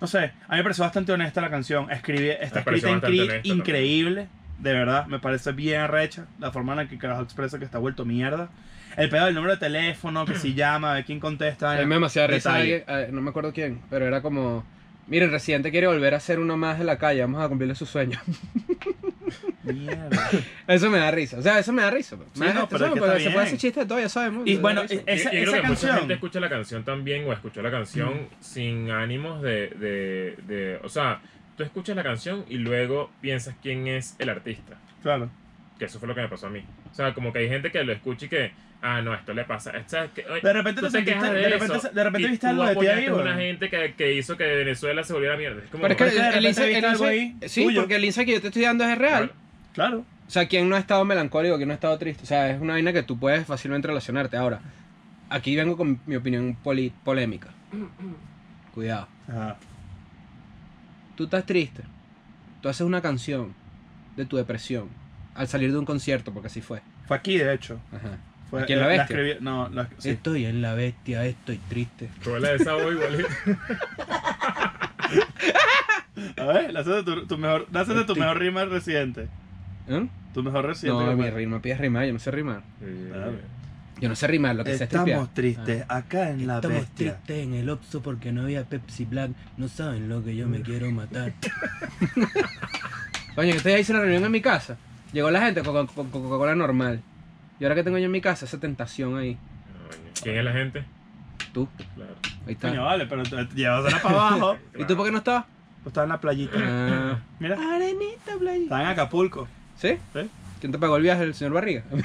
S3: No sé, a mí me pareció bastante honesta la canción. Escribí, está
S2: Me pareció
S3: escrita en
S2: bastante
S3: cri-
S2: honesta también.
S3: increíble, de verdad. Me parece bien recha la forma en la que carajo expresa que está vuelto mierda. El pedo del número de teléfono, que si llama, a ver quién contesta.
S4: A mí me demasiada risa
S3: Detalle.
S4: alguien, eh, no me acuerdo quién, pero era como, miren, Residente quiere volver a ser uno más de la calle, vamos a cumplirle su sueño. *laughs*
S3: Mierda.
S4: Eso me da risa, o sea, eso me da risa. Me
S3: Sí,
S4: da
S3: no,
S4: risa,
S3: pero es que
S4: porque
S3: está
S4: se puede
S3: bien.
S4: hacer chistes de todo, ya sabemos.
S3: Y
S4: me da
S3: bueno,
S4: risa.
S3: eh, Esa-
S2: Y yo creo
S3: esa
S2: que
S3: canción. Mm.
S2: mucha gente escucha la canción también o escuchó la canción sin ánimos de, de, de- O sea, tú escuchas la canción y luego piensas quién es el artista.
S3: claro.
S2: Que eso fue lo que me pasó a mí. O sea, como que hay gente que lo escucha y que... Ah, no, esto le pasa. Esta- que- oye,
S3: De repente
S2: tú
S3: te
S2: te
S3: sentiste-
S2: quejas de,
S3: de repente-
S2: eso
S3: de repente
S2: y
S3: viste
S2: tú
S3: algo de ti ahí,
S2: apoyaste a una
S3: weón.
S2: gente que, que hizo que Venezuela se volviera mierda. Es como,
S4: Pero es que
S3: Porque de
S4: el, el
S3: repente
S4: insight,
S3: viste
S4: el
S3: algo
S4: insight-
S3: ahí
S4: sí,
S3: tuyo.
S4: porque el insight que yo te estoy dando es real.
S3: Claro.
S4: O sea, ¿quién no ha estado melancólico, quién no ha estado triste? O sea, es una vaina que tú puedes fácilmente relacionarte. Ahora, aquí vengo con mi opinión poli- polémica. Cuidado.
S3: Ajá.
S4: Tú estás triste. Tú haces una canción de tu depresión al salir de un concierto, porque así fue.
S3: Fue aquí, de hecho.
S4: Ajá.
S3: Fue,
S4: Aquí en La
S3: eh,
S4: Bestia.
S3: escribí- no, la, sí.
S4: Estoy en la bestia, estoy triste.
S2: Ruela de esa voz igualito.
S3: *laughs* A ver, lánzate tu, tu mejor, lánzate tu
S4: Estoy-
S3: mejor rima residente.
S4: ¿Eh?
S3: Tu mejor residente.
S4: no,
S3: que
S4: mi
S3: fue.
S4: rima, pides rimar, yo no sé rimar.
S3: Claro.
S4: Yo no sé rimar, lo que sé es Ah. tripear.
S3: Estamos tristes acá en la bestia.
S4: en el Opso porque no había Pepsi Black. No saben lo que yo me quiero matar. *laughs* Coño, yo ya hice una reunión en mi casa. Llegó la gente con con- con Coca-Cola normal. ¿Y ahora que tengo yo en mi casa? Esa tentación ahí.
S2: Coño. ¿Quién es la gente?
S4: Tú,
S2: Claro.
S4: ahí está.
S3: Coño, vale, pero te- llévasela para abajo.
S4: ¿Y tú por qué
S3: *coughs*
S4: no estabas?
S3: Pues *laughs* Estaba en la playita.
S4: Ah.
S3: Mira,
S4: Arenita, playa.
S3: estaba en Acapulco.
S4: ¿Sí?
S3: Sí.
S4: *laughs* ¿Quién te pagó el viaje? ¿El señor Barriga?
S3: Ay,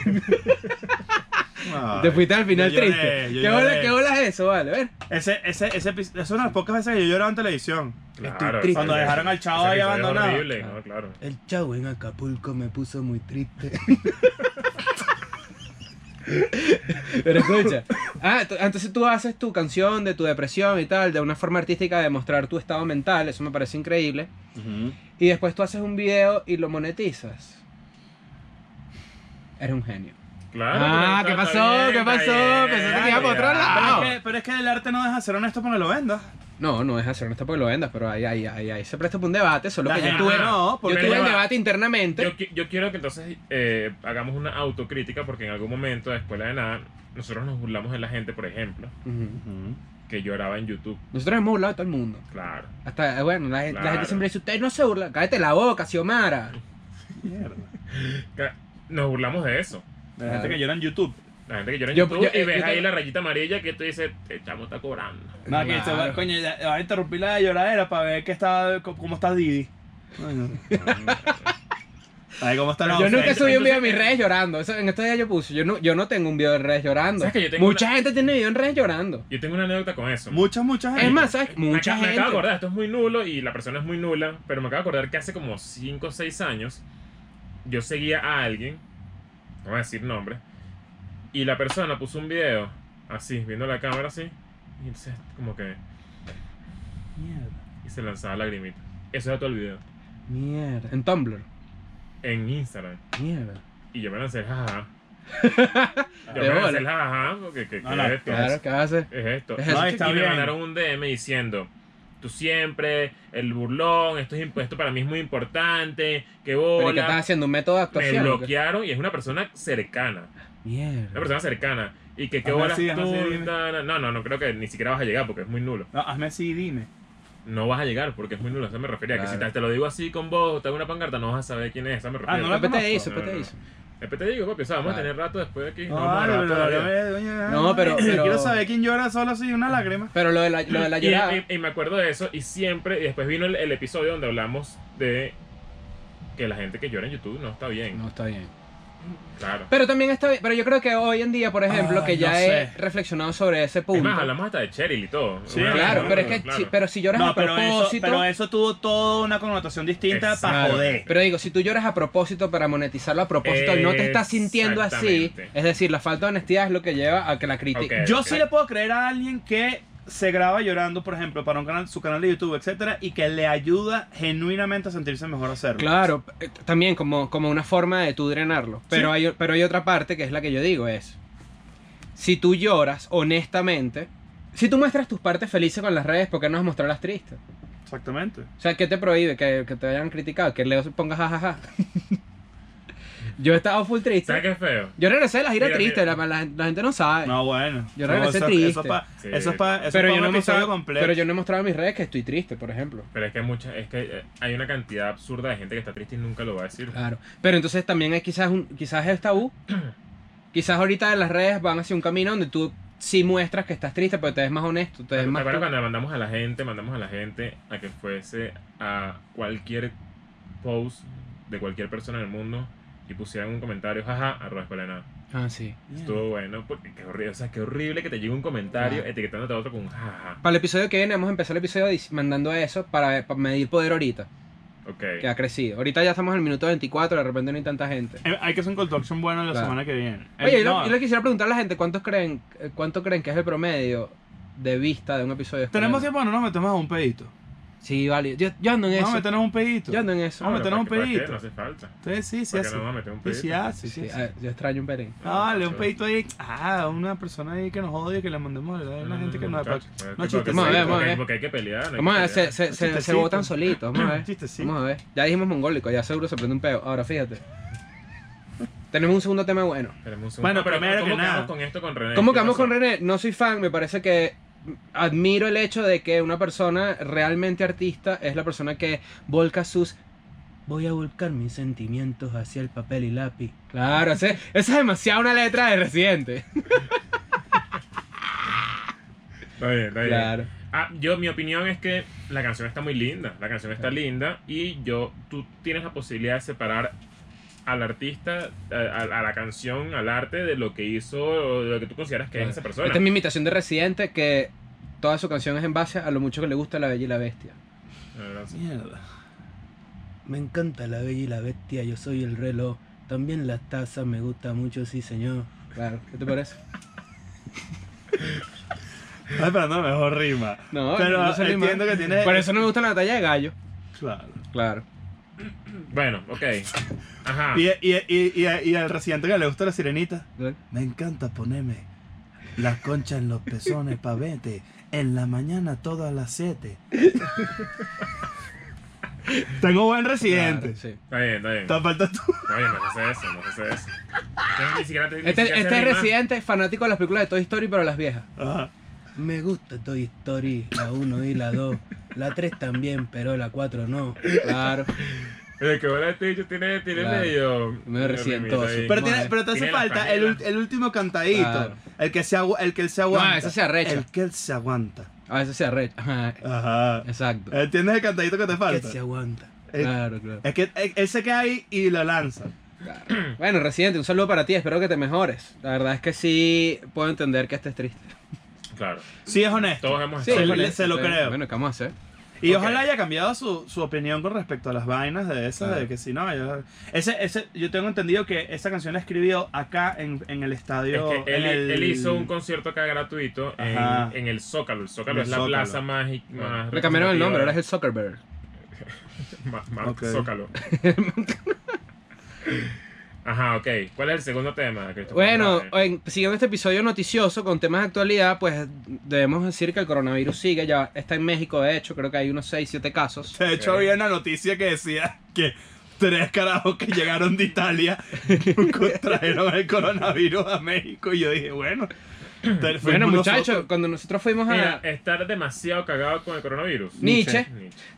S4: Te fuiste al final
S3: yo lloré,
S4: triste.
S3: yo
S4: ¿Qué bola,
S3: lloré.
S4: ¿Qué bola es eso, vale? A ver.
S3: Ese, ese, ese, epi- es una de las pocas veces que yo lloraba en televisión.
S2: Claro,
S4: triste.
S3: Cuando dejaron al chavo
S2: ese
S3: ahí
S2: episodio es
S3: abandonado.
S2: horrible, ¿no? Claro.
S4: El chavo en Acapulco me puso muy triste. *laughs* Pero escucha. Ah, tú- entonces tú haces tu canción de tu depresión y tal, de una forma artística de mostrar tu estado mental, eso me parece increíble. Y después tú haces un video y lo monetizas. Eres un genio.
S2: Claro,
S4: Ah,
S2: está-
S4: ¿qué
S2: está
S4: pasó?
S2: bien,
S4: ¿Qué
S2: está
S4: pasó?
S2: bien,
S4: Pensaste
S3: que iba
S2: está
S3: por
S4: otro
S2: bien.
S4: lado.
S3: Pero, es que, pero es que el arte no deja de ser honesto cuando lo vendas.
S4: No, no es hacer esto porque lo vendas, pero ahí, ahí, ahí, ahí se presta para un debate, solo
S3: La
S4: que yo
S3: gente-
S4: tuve,
S3: no,
S4: yo
S3: porque
S4: tuve
S3: ya
S4: el
S3: va.
S4: debate internamente.
S2: Yo, qui- yo quiero que entonces eh, hagamos una autocrítica porque en algún momento, después de nada, nosotros nos burlamos de la gente, por ejemplo,
S4: Ujú.
S2: que lloraba en YouTube.
S4: Nosotros hemos burlado de todo el mundo.
S2: Claro.
S4: Hasta, eh, bueno, la, gente- la
S2: Claro.
S4: gente siempre dice, usted no se burla, cállate la boca, Xiomara.
S3: Mierda.
S2: Ca- Nos burlamos de eso.
S3: De la gente que llora en YouTube.
S2: La gente que llora en
S4: Yo-
S2: YouTube
S4: yo-
S2: y
S4: eh,
S2: ves
S4: yo
S2: ahí
S4: te-
S2: la rayita amarilla que tú dices, el chamo está cobrando.
S3: No, que
S4: Claro.
S3: se va, coño, ya- va a interrumpir la lloradera para ver qué está, co- cómo está Didi. Ay, no. A ver cómo está la
S4: yo nunca
S3: ofensa.
S4: subí un video
S2: entonces-
S4: en mis redes llorando. Eso, en estos días yo puse, yo no, yo no tengo un video en redes llorando.
S2: ¿Sabes que yo tengo
S4: Mucha gente tiene video en redes llorando.
S2: Yo tengo una anécdota con eso.
S3: Muchas, muchas
S4: Es más, ¿sabes?
S2: Me
S4: Mucha
S2: acá- Me
S4: gente.
S2: acabo de acordar, esto es muy nulo y la persona es muy nula, pero me acabo de acordar que hace como 5 o 6 años yo seguía a alguien, no voy a decir nombre, y la persona puso un video así, viendo la cámara así, y entonces como que
S3: Mierda.
S2: y se lanzaba lagrimita. Eso era todo el video,
S4: Mierda. En Tumblr.
S2: en Instagram.
S4: Mierda.
S2: Y yo me lancé,
S4: *laughs*
S2: jajaja. Yo
S4: De
S2: me
S4: bola.
S2: lancé, el jajaja, porque que, que
S3: No, no,
S2: es esto.
S4: Claro, ¿qué haces?
S2: Es esto.
S4: Es eso,
S3: No, está
S2: y me
S3: bien.
S2: mandaron un DM diciendo, tú siempre, el burlón, esto, es, imp- esto para mí es muy importante, que
S4: ¿Pero ¿y qué estás
S2: bola.
S4: haciendo? ¿Un método de
S2: Me
S4: actuación? o qué?
S2: bloquearon y es una persona cercana, una
S4: Mierda.
S2: persona cercana. Y que qué
S3: Ajá,
S2: bolas
S3: sí, ajá, sí,
S2: tú,
S3: dime.
S2: ta, na- no, no, no creo que ni siquiera vas a llegar porque es muy nulo.
S3: No, hazme así y dime.
S2: No vas a llegar porque es muy nulo, a eso me refería. Que si
S4: Claro.
S2: te, te lo digo así con vos, te hago una pancarta, no vas a saber quién es, a eso me refería.
S3: Ah, no la-
S4: Después te
S3: conozco.
S4: hizo, después
S2: No,
S4: te
S2: no,
S4: hizo.
S2: Después te digo, papi, o sea, vamos
S4: Claro.
S2: a tener rato después de aquí.
S3: No,
S2: no, vamos a grabar todavía.
S3: eh,
S4: No, pero- pero-
S3: Quiero saber quién llora solo así una lágrima.
S4: Pero lo de la, lo de la
S2: Y,
S4: llorada.
S2: y- y me acuerdo de eso y siempre, y después vino el, el episodio donde hablamos de que la gente que llora en YouTube no está bien.
S4: No, está bien.
S2: Claro.
S4: Pero también está bien. Pero yo creo que hoy en día, por ejemplo,
S3: Ay,
S4: que ya
S3: Ah, no
S4: he
S3: sé.
S4: reflexionado sobre ese
S2: Es
S4: punto.
S2: más, hablamos hasta de Cheryl y todo.
S3: Sí,
S2: Una vez,
S4: Claro,
S2: ¿no?
S4: pero es que
S2: Claro.
S4: si, pero si lloras a
S3: No, pero eso,
S4: propósito.
S3: pero eso tuvo toda una connotación distinta para
S2: Exacto.
S3: joder.
S4: Pero digo, si tú lloras a propósito para monetizarlo a propósito y no te estás sintiendo así,
S2: Exactamente.
S4: es decir, la falta de honestidad es lo que lleva a que la crítica.
S2: Ok,
S3: Yo
S2: ok.
S3: sí le puedo creer a alguien que se graba llorando, por ejemplo, para un canal, su canal de YouTube, etcétera, y que le ayuda genuinamente a sentirse mejor hacerlo.
S4: Claro, eh, también como, como una forma de tú drenarlo. Pero, hay, pero hay otra parte que es la que yo digo, es, si tú lloras honestamente, si tú muestras tus partes felices con las redes, ¿por qué no has mostrado las tristes?
S3: Exactamente.
S4: O sea, ¿qué te prohíbe? Que, que te hayan criticado, que Leo ponga jajaja. *laughs* yo he estado full triste.
S2: ¿Sabes qué es feo?
S4: Yo regresé de la gira
S2: Mira,
S4: triste,
S2: mira.
S4: La, la- la gente no sabe.
S3: No, bueno.
S4: Yo
S3: no,
S4: regresé
S3: eso,
S4: triste.
S3: Eso es para
S2: Sí.
S3: eso es pa- eso es
S4: pero,
S3: pa
S4: yo
S3: un
S4: no he
S3: episodio
S4: mostrado,
S3: completo.
S4: pero yo no he mostrado en mis redes que estoy triste, por ejemplo.
S2: Pero es que hay mucha, es que eh, hay una cantidad absurda de gente que está triste y nunca lo va a decir.
S4: Claro. Pero entonces también hay quizás un, quizás es tabú. quizás ahorita en las redes van hacia un camino donde tú sí muestras que estás triste, pero te ves más honesto, te
S2: ¿Te
S4: ves más.
S2: acuerdas cuando mandamos a la gente, mandamos a la gente a que fuese a cualquier post de cualquier persona en el mundo y pusieran un comentario, jaja, arroba escuela de nada?
S4: Ah, sí.
S2: Estuvo bueno, porque qué horrible, o sea, qué horrible que te llegue un comentario
S4: Claro.
S2: etiquetándote a otro con un jaja.
S4: Para el episodio que viene vamos a empezar el episodio dis- mandando eso para, para medir poder ahorita, que
S2: Ok.
S4: ha crecido. Ahorita ya estamos en el minuto 24, de repente no hay tanta gente.
S3: Eh, Hay que hacer un call talk show bueno la
S4: Claro.
S3: semana que viene. Eh,
S4: Oye, yo,
S3: no,
S4: le- yo le quisiera preguntar a la gente cuántos creen, eh, cuánto creen que es el promedio de vista de un episodio.
S3: tenemos
S4: escolar?
S3: tiempo, no nos metemos a un pedito.
S4: Sí, vale. Yo, yo ando en
S3: Vamos a
S4: eso.
S3: meternos a un pedito.
S4: Yo ando en eso.
S3: No, me
S2: Bueno,
S3: tenemos
S2: ¿para qué-
S3: un
S2: para qué?
S3: pedito.
S2: No hace falta.
S3: Entonces sí, sí,
S2: ¿Para qué
S3: hace.
S2: nos vamos a meter un
S3: Sí,
S2: pedito?
S3: sí, hace.
S4: Sí,
S3: Sí, hace.
S4: ah, yo extraño un perín.
S3: Dale, un
S2: Chévere.
S3: pedito ahí. Ah, una persona ahí que nos odie, que le mandemos a una gente que nos.
S2: muchacho,
S3: No,
S2: porque- porque-
S3: chistes,
S4: vamos a ver,
S2: porque-
S4: vamos a ver.
S2: Porque hay que pelear. hay
S4: Vamos a
S2: que
S4: ver, se,
S2: pelear.
S4: se, se, se
S3: Chistecito.
S4: botan solitos, vamos a
S3: *clears throat*
S4: ver.
S3: Chistecito.
S4: Vamos a ver. Ya dijimos mongólico, ya seguro se prende un peo. Ahora fíjate. Tenemos un segundo tema bueno.
S2: Tenemos un segundo.
S3: Bueno,
S2: Ah, pero
S3: primero
S2: ¿cómo
S3: que nada.
S2: quedamos con esto con René?
S4: ¿Cómo
S2: ¿Qué
S4: quedamos
S2: pasó?
S4: con René? No soy fan, me parece que admiro el hecho de que una persona realmente artista es la persona que volca sus... Voy a volcar mis sentimientos hacia el papel y lápiz. Claro, ese- esa es demasiado una letra
S3: *laughs*
S4: de Residente.
S2: Está bien, está bien.
S4: Claro.
S2: Ah, yo, mi opinión es que la canción está muy linda. La canción está linda y yo, tú tienes la posibilidad de separar al artista, a, a- a la canción, al arte de lo que hizo, o de lo que tú consideras que es esa persona.
S4: Esta Este es mi imitación de Residente que toda su canción es en base a lo mucho que le gusta la Bella y la Bestia.
S2: Ah, sí.
S3: Mierda.
S4: Me encanta la Bella y la Bestia, yo soy el reloj. También la taza me gusta mucho, sí señor. Claro, ¿qué te parece?
S3: Estaba esperando la mejor rima.
S4: No,
S3: pero
S4: no soy animal.
S3: entiendo que tiene.
S4: Por eso no me gusta la batalla de gallo.
S3: Claro.
S4: Claro.
S2: Bueno, ok. Ajá.
S3: *laughs* Y, y, y, y, y al residente que le gusta la sirenita.
S4: ¿Eh?
S3: Me encanta ponerme la concha en los pezones pavete. En la mañana todas las 7. Tengo buen residente.
S4: Claro, sí.
S2: Está bien, está bien.
S3: Te falta tú.
S2: Está bien, no sé eso, no sé eso. Yo ni siquiera te- ni
S4: Este,
S2: siquiera sé
S4: este es
S2: rimar.
S4: Residente, fanático de las películas de Toy Story, pero las viejas.
S3: Ajá.
S4: Me gusta Toy Story, la 1 y la 2. La 3 también, pero la 4 no. Claro.
S2: El que bola este bicho tiene, tiene
S4: Claro.
S2: medio. medio
S4: resientoso.
S2: remito ahí.
S3: Pero, tiene-
S4: Madre.
S3: pero te hace
S2: Tiene la
S3: falta el,
S2: franela.
S3: ul- el último cantadito.
S4: Claro.
S3: El, que se agu- el que él se aguanta.
S4: esa se arrecha.
S3: El que él se aguanta.
S4: A veces se arrecha. Ajá,
S3: Ajá.
S4: Exacto.
S3: ¿Entiendes el cantadito que te falta?
S4: aguanta.
S3: El-
S4: Claro, claro.
S3: Es que eh, él, él se queda ahí y lo lanza.
S4: Claro. Bueno, Residente, un saludo para ti. Espero que te mejores. La verdad es que sí puedo entender que estés triste.
S2: Claro.
S3: Sí, es honesto.
S2: Todos hemos
S3: Sí,
S2: estado
S3: le-
S2: con
S3: le-
S2: eso.
S3: se lo
S4: Bueno,
S3: creo.
S4: Bueno, ¿qué vamos a hacer?
S3: Y
S2: Ok.
S3: ojalá haya cambiado su, su opinión con respecto a las vainas de esas,
S4: Claro.
S3: de que si no, yo, ese, ese, yo tengo entendido que esa canción la escribió acá en, en el estadio.
S2: Es que
S3: en
S2: él,
S3: el-
S2: él hizo un concierto acá gratuito en,
S3: Ajá.
S2: en el Zócalo. El Zócalo
S3: En el
S2: es la
S3: Zócalo.
S2: plaza más.
S3: Ah,
S2: más
S4: Le cambiaron el nombre, ahora es
S2: representativa
S4: el Zuckerberg.
S2: de- Ma- Mark
S3: Ok. *laughs*
S2: Zócalo. Ajá, ok. ¿Cuál es el segundo tema, Cristóbal?
S4: Bueno,
S2: Vale.
S4: en- siguiendo este episodio noticioso con temas de actualidad, pues debemos decir que el coronavirus sigue, ya está en México, de hecho, creo que hay unos 6, 7 casos.
S3: De hecho,
S2: Ok.
S3: había una noticia que decía que tres carajos que llegaron de Italia *laughs* contrajeron el coronavirus a México. Y yo dije, bueno, te-
S4: Bueno,
S3: fuimos
S4: muchachos,
S3: nosotros.
S4: cuando nosotros fuimos
S2: Mira, eh,
S4: a...
S2: estar demasiado cagado con el coronavirus.
S4: Nietzsche.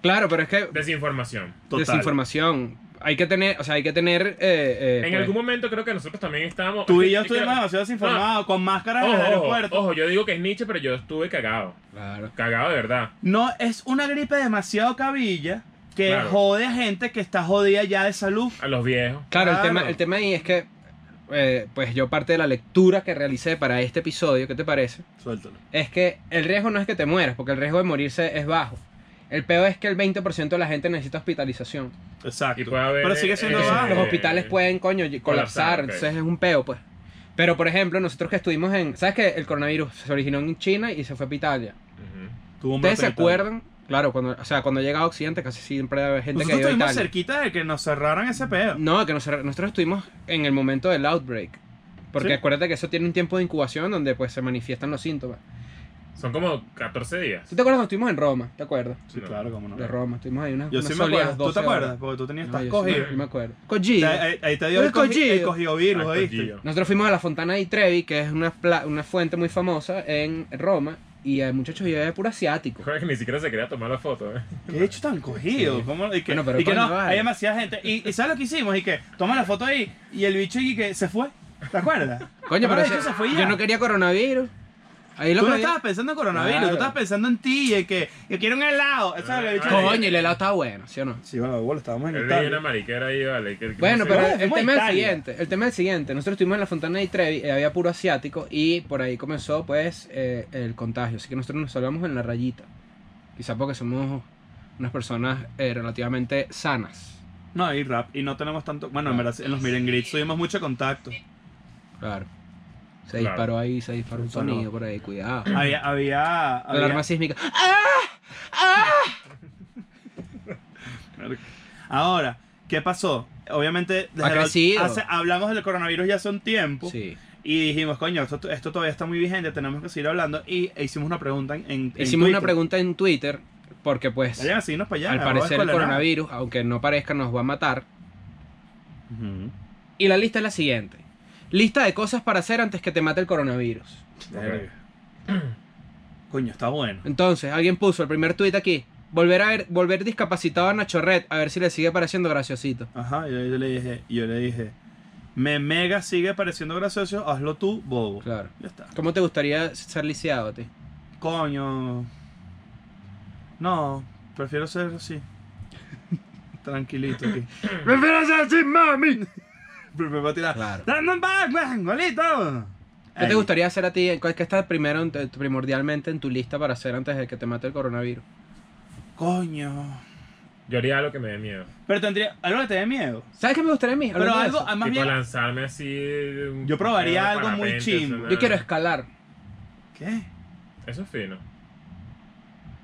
S4: Claro, pero es que
S2: ¿Eh? Desinformación.
S3: Total.
S4: desinformación. Hay que tener, o sea, hay que tener... eh, eh,
S2: En
S4: pues,
S2: algún momento creo que nosotros también estábamos.
S3: Tú y
S2: es que-
S3: yo
S2: es que-
S3: estuvimos demasiado desinformados, con máscaras en el
S2: Ah. Ojo, ojo,
S3: aeropuerto.
S2: ojo, yo digo que es Nietzsche, pero yo estuve cagado.
S4: Claro.
S2: Cagado de verdad.
S3: No, es una gripe demasiado cabilla que
S2: Claro.
S3: jode a gente que está jodida ya de salud.
S2: A los viejos.
S4: Claro, El,
S3: Claro.
S4: tema, el tema ahí es que, eh, pues yo parte de la lectura que realicé para este episodio, ¿qué te parece?
S3: Suéltalo.
S4: es que el riesgo no es que te mueras, porque el riesgo de morirse es bajo. El peor es que el 20% de la gente necesita hospitalización.
S3: Exacto.
S2: Y puede haber,
S3: Pero sigue siendo
S2: eh,
S4: Entonces,
S3: bajo.
S4: los hospitales pueden, coño, colapsar,
S2: colapsar, ok.
S4: entonces es un peo, pues. Pero, por ejemplo, nosotros que estuvimos en... ¿Sabes que el coronavirus se originó en China y se fue para Italia?
S2: Ujú.
S3: Tuvo un
S4: ¿Ustedes se
S3: brote vital.
S4: acuerdan? Claro, cuando, o sea, cuando llega a Occidente casi siempre hay gente
S3: Nosotros
S4: que vive a
S3: estuvimos
S4: Italia.
S3: cerquita de que nos cerraran ese pedo.
S4: No, que nosotros, nosotros estuvimos en el momento del outbreak. Porque
S3: Sí.
S4: acuérdate que eso tiene un tiempo de incubación donde pues se manifiestan los síntomas.
S2: Son como 14 días.
S4: ¿Tú te acuerdas cuando estuvimos en Roma? ¿Te acuerdas?
S3: Sí,
S2: No.
S3: claro, cómo no.
S4: De Roma, estuvimos ahí unas,
S3: Yo
S4: unas
S3: sí me
S4: sólidas
S3: acuerdo. ¿Tú te
S4: 12
S3: acuerdas?
S4: horas.
S3: Porque tú tenías,
S4: No,
S3: estás
S4: yo sí
S3: cogido.
S4: me- yo me acuerdo.
S3: Te-
S4: Cogido.
S3: Ahí, ahí te dio
S4: El
S3: el, cogi-
S4: cogido.
S3: el cogido virus,
S2: Ah,
S3: ¿oíste?
S2: coño.
S4: Nosotros fuimos a la Fontana di Trevi, que es una, pla- una fuente muy famosa en Roma, y el muchacho yo era puro asiático.
S2: Joder, que ni siquiera se quería tomar la foto, ¿eh?
S3: ¿Qué hecho tan cogido?
S4: Sí.
S3: ¿Cómo? Y que,
S4: Bueno, pero
S3: y que
S4: coño,
S3: no,
S4: vale.
S3: hay demasiada gente. Y, y ¿sabes lo que hicimos? Y que toma la foto ahí y el bicho y que se fue. ¿Te
S4: *laughs*
S3: acuerdas?
S4: Coño,
S3: Ahora el
S4: pero
S3: bicho
S4: ese-
S3: se fue y ya.
S4: yo no quería coronavirus. Ahí lo
S3: Tú no
S4: que había-
S3: estabas pensando en coronavirus,
S4: Claro.
S3: tú estabas pensando en ti y en que yo quiero un helado. Eso es lo que he dicho.
S4: Coño, y el helado estaba bueno, ¿sí o no?
S3: Sí, bueno, bueno, estábamos en
S2: Él
S3: Italia.
S2: veía una mariquera ahí, vale. que- que
S4: Bueno,
S2: no
S4: pero
S2: sé-
S3: Bueno,
S4: el
S3: fuimos a
S4: tema es el
S3: Italia.
S4: siguiente. El tema es el siguiente. Nosotros estuvimos en la Fontana di Trevi, eh, había puro asiático, y por ahí comenzó, pues, eh, el contagio. Así que nosotros nos salvamos en la rayita. Quizá porque somos unas personas eh, relativamente sanas.
S3: No, y rap, y no tenemos tanto. Bueno, en verdad, en los Miren Grits tuvimos mucho contacto.
S4: Claro. Se
S2: Claro.
S4: disparó ahí, se disparó un
S3: Disparó.
S4: sonido por ahí, cuidado.
S3: Había. había, había-
S4: Alarma sísmica. ¡Ah!
S3: Ahora, ¿qué pasó? Obviamente, desde la-
S4: crecido.
S3: hace- hablamos del coronavirus ya hace un tiempo.
S4: Sí.
S3: Y dijimos, coño, esto, esto todavía está muy vigente, tenemos que seguir hablando. Y e hicimos una pregunta en. en
S4: Hicimos una
S3: Twitter.
S4: pregunta en Twitter porque pues
S3: Vayan a seguirnos para allá.
S4: al
S3: arroba
S4: parecer el
S3: escuela de nada.
S4: coronavirus, aunque no parezca, nos va a matar.
S3: Ujú.
S4: Y la lista es la siguiente. Lista de cosas para hacer antes que te mate el coronavirus.
S3: Verga. Coño, está bueno.
S4: Entonces, alguien puso el primer tuit aquí. Volver a ver, volver discapacitado a Nacho Red, a ver si le sigue pareciendo graciosito.
S3: Ajá, yo, yo le dije, yo le dije, me mega sigue pareciendo gracioso, hazlo tú, bobo.
S4: Claro.
S3: Ya está.
S4: ¿Cómo te gustaría ser lisiado a ti?
S3: Coño. No, prefiero ser así. *laughs* Tranquilito aquí. *laughs*
S4: ¡Prefiero ser sin mami!
S3: primer va a tirar.
S4: Claro.
S3: ¡Random Batman! ¡Golito!
S4: ¿Qué te gustaría hacer a ti? ¿Cuál que está primero, en- primordialmente en tu lista para hacer antes de que te mate el coronavirus?
S3: Coño.
S2: Yo haría algo que me dé miedo.
S3: Pero tendría. Algo que te dé miedo.
S4: ¿Sabes qué me gustaría a mí?
S3: Pero
S4: Hablando de
S3: algo.
S4: eso.
S3: ah, Más
S2: tipo
S3: bien.
S2: lanzarme así. de un
S3: Yo probaría
S2: pedo de
S3: algo muy
S2: parapente,
S3: chimbo.
S2: eso,
S4: Yo
S2: nada.
S4: quiero escalar.
S3: ¿Qué?
S2: Eso es fino.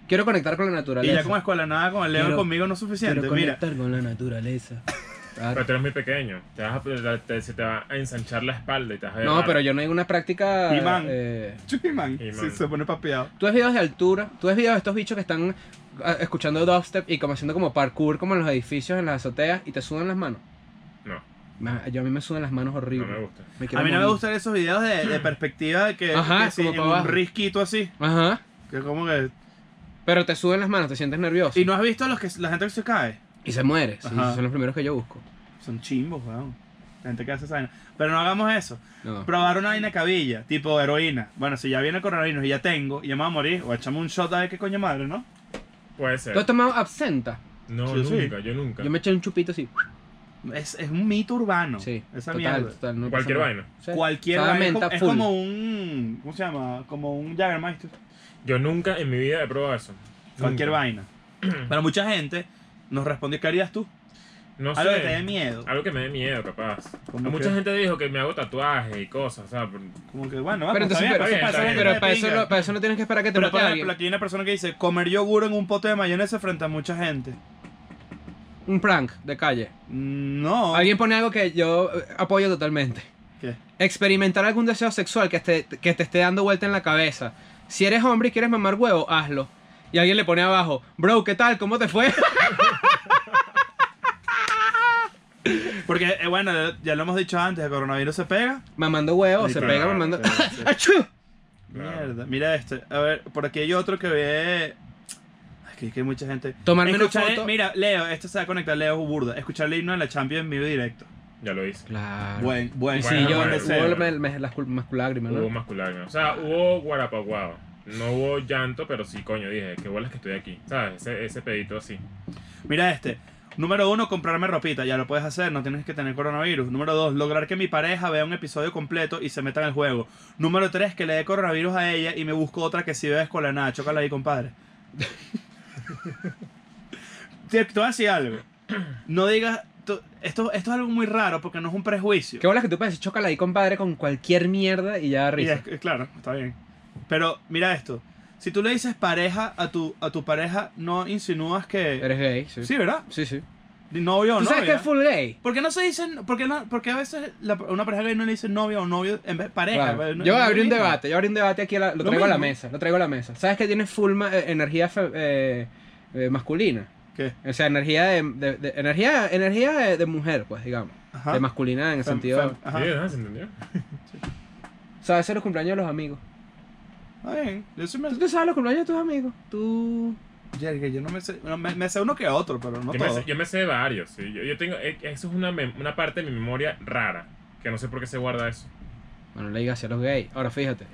S4: Quiero conectar con la
S3: Y
S4: naturaleza.
S3: ya como escuela nada con el León
S4: Quiero-
S3: conmigo no es suficiente.
S4: Quiero
S3: Mira.
S4: conectar con la
S3: *laughs*
S4: naturaleza. Claro.
S2: Pero tú eres muy pequeño. Te vas a, te- se te va a ensanchar la espalda y te vas a ver
S4: No,
S2: raro.
S4: pero yo no hay una práctica.
S3: He-Man.
S4: eh,
S3: Chupiman.
S2: He-Man.
S3: Sí, se pone papeado.
S4: Tú ves videos de altura, tú ves videos de estos bichos que están ah, escuchando dubstep y como haciendo como parkour, como en los edificios, en las azoteas, y te sudan las manos.
S2: No,
S4: Ma- Yo a mí me sudan las manos
S2: no
S4: horrible.
S2: me gusta.
S4: quiero
S3: A mí no me
S4: morir.
S3: gustan esos videos de, *laughs* de perspectiva de que,
S4: Ajá,
S3: que sí,
S4: como
S3: en
S4: para
S3: un
S4: abajo.
S3: risquito así.
S4: Ajá.
S3: Que es como que.
S4: Pero te sudan las manos, te sientes nervioso.
S3: ¿Y
S4: Y,
S3: no has visto los que la gente que se cae?
S4: se muere. sí,
S3: Ajá.
S4: son los primeros que yo busco.
S3: Son chimbos, weón. La gente que hace esa vaina. Pero no hagamos eso.
S4: No.
S3: Probar una vaina cabilla, tipo heroína. Bueno, si ya viene el coronavirus y ya tengo, y ya me voy a morir, o echame un shot a ver qué coño madre, ¿no?
S2: Puede
S4: ¿Tú has
S2: ser.
S4: tomado absenta?
S2: No,
S3: Sí, sí.
S2: nunca, yo nunca.
S4: Yo me eché un chupito así.
S3: Es, es un mito urbano.
S4: Sí.
S3: Esa
S4: total,
S3: mierda.
S4: total. no pasa
S2: Cualquier
S4: nada.
S2: vaina.
S4: Sí.
S3: Cualquier
S4: Sabe a
S3: vaina es
S4: menta
S3: como- es
S4: full.
S3: como un. ¿Cómo se llama? Como un Jaggermeister.
S2: Yo nunca en mi vida he probado eso. Nunca.
S3: Cualquier
S2: *clears throat*
S3: vaina. Pero mucha gente nos respondió, ¿qué harías tú?
S2: No sé.
S3: Algo que te dé miedo.
S2: Algo que me dé miedo, capaz.
S3: ¿Cómo
S2: Mucha
S3: qué?
S2: gente dijo que me hago tatuajes y cosas, ¿sabes?
S3: Como que, bueno, vamos,
S4: Pero entonces,
S3: está
S4: pero,
S3: bien,
S2: está
S3: pasa,
S2: bien,
S3: pasa,
S2: está
S4: pero
S3: pasa,
S4: para,
S3: pinga.
S4: eso, no- para eso no tienes que esperar a que te
S3: Pero
S4: mate
S3: por
S4: alguien.
S3: ejemplo, aquí hay una persona que dice, comer yogur en un pote de mayonesa frente a mucha gente.
S4: Un prank de calle.
S3: Mm, No.
S4: Alguien pone algo que yo eh, apoyo totalmente.
S3: ¿Qué?
S4: Experimentar algún deseo sexual que, esté- que te esté dando vuelta en la cabeza. Si eres hombre y quieres mamar huevo, hazlo. Y alguien le pone abajo, bro, ¿qué tal? ¿Cómo te fue? *laughs*
S3: Porque, eh, bueno, ya lo hemos dicho antes, el coronavirus se pega.
S4: mamando huevo, se
S3: Literal,
S4: pega mamando...
S3: sí, sí.
S4: *laughs* ¡Achú!
S2: Claro.
S3: Mierda, mira este. A ver, por aquí hay otro que ve. Ay, que, que hay mucha gente.
S4: Tomarme una
S3: Escuchar-
S4: foto.
S3: eh, Mira, Leo, esto se va a conectar, Leo Burda. Escuchar el himno de la Champions en vivo directo.
S2: Ya lo hice.
S4: Claro.
S3: Buen,
S4: y
S3: buen,
S4: sí,
S2: bueno,
S4: yo
S2: bueno,
S4: hubo
S2: bueno.
S4: me- me- las cul- más lágrimas,
S2: Hubo
S4: ¿no?
S2: masculino. O sea, hubo guarapaguao. No hubo llanto, pero sí, coño, dije, qué bolas que estoy aquí. ¿Sabes? Ese, ese pedito así.
S3: Mira este. Número uno, comprarme ropita. Ya lo puedes hacer, no tienes que tener coronavirus. Número dos, lograr que mi pareja vea un episodio completo y se meta en el juego. Número tres, que le dé coronavirus a ella y me busco otra que sí bebe escuela nada. Chócala ahí, compadre. *laughs* te, te voy a decir algo. No digas. tú- esto, esto es algo muy raro porque no es un prejuicio.
S4: Qué bolas que tú puedes chócala ahí, compadre, con cualquier mierda y ya da
S3: Y
S4: risa.
S3: es- claro, está bien. Pero mira esto. Si tú le dices pareja a tu, a tu pareja, no insinúas que...
S4: Eres gay, sí.
S3: Sí, ¿verdad?
S4: sí. sí.
S3: Novio o
S4: ¿Tú
S3: novia.
S4: sabes que es full gay?
S3: ¿Por qué no se dicen, por qué, no- por qué a veces la- una pareja gay no le dice novio o novio en vez de pareja? Pues,
S4: Claro.
S3: Eh, No-
S4: Yo
S3: no es
S4: abrí un
S3: lo mismo.
S4: debate, yo abrí un debate aquí, a la- lo
S3: Lo
S4: traigo a la
S3: mismo.
S4: mesa, lo traigo a la mesa. ¿Sabes que tiene full ma- eh, energía fe- eh, eh, masculina?
S3: ¿Qué?
S4: O sea, energía de, de- de- energía, energía de, de mujer, pues, digamos.
S3: Ajá.
S4: De masculina en el
S3: Fem-
S4: sentido...
S3: fem- ajá.
S2: Sí, ¿verdad? ¿Se entendió?
S4: ¿Sabes hacer los cumpleaños de los amigos?
S3: Está bien. Yo, sí me,
S4: ¿Tú te sabes los cumpleaños de tus amigos? Tú...
S3: Jerga, yo no me sé, no, me, me sé uno que otro, pero no
S2: Yo me,
S3: todo.
S2: sé, yo me sé varios. sí. Yo, yo tengo, eh, eso es una, mem- una parte de mi memoria rara. Que no sé por qué se guarda eso.
S4: Bueno, le digas a los gays. Ahora,
S3: *laughs*
S4: fíjate.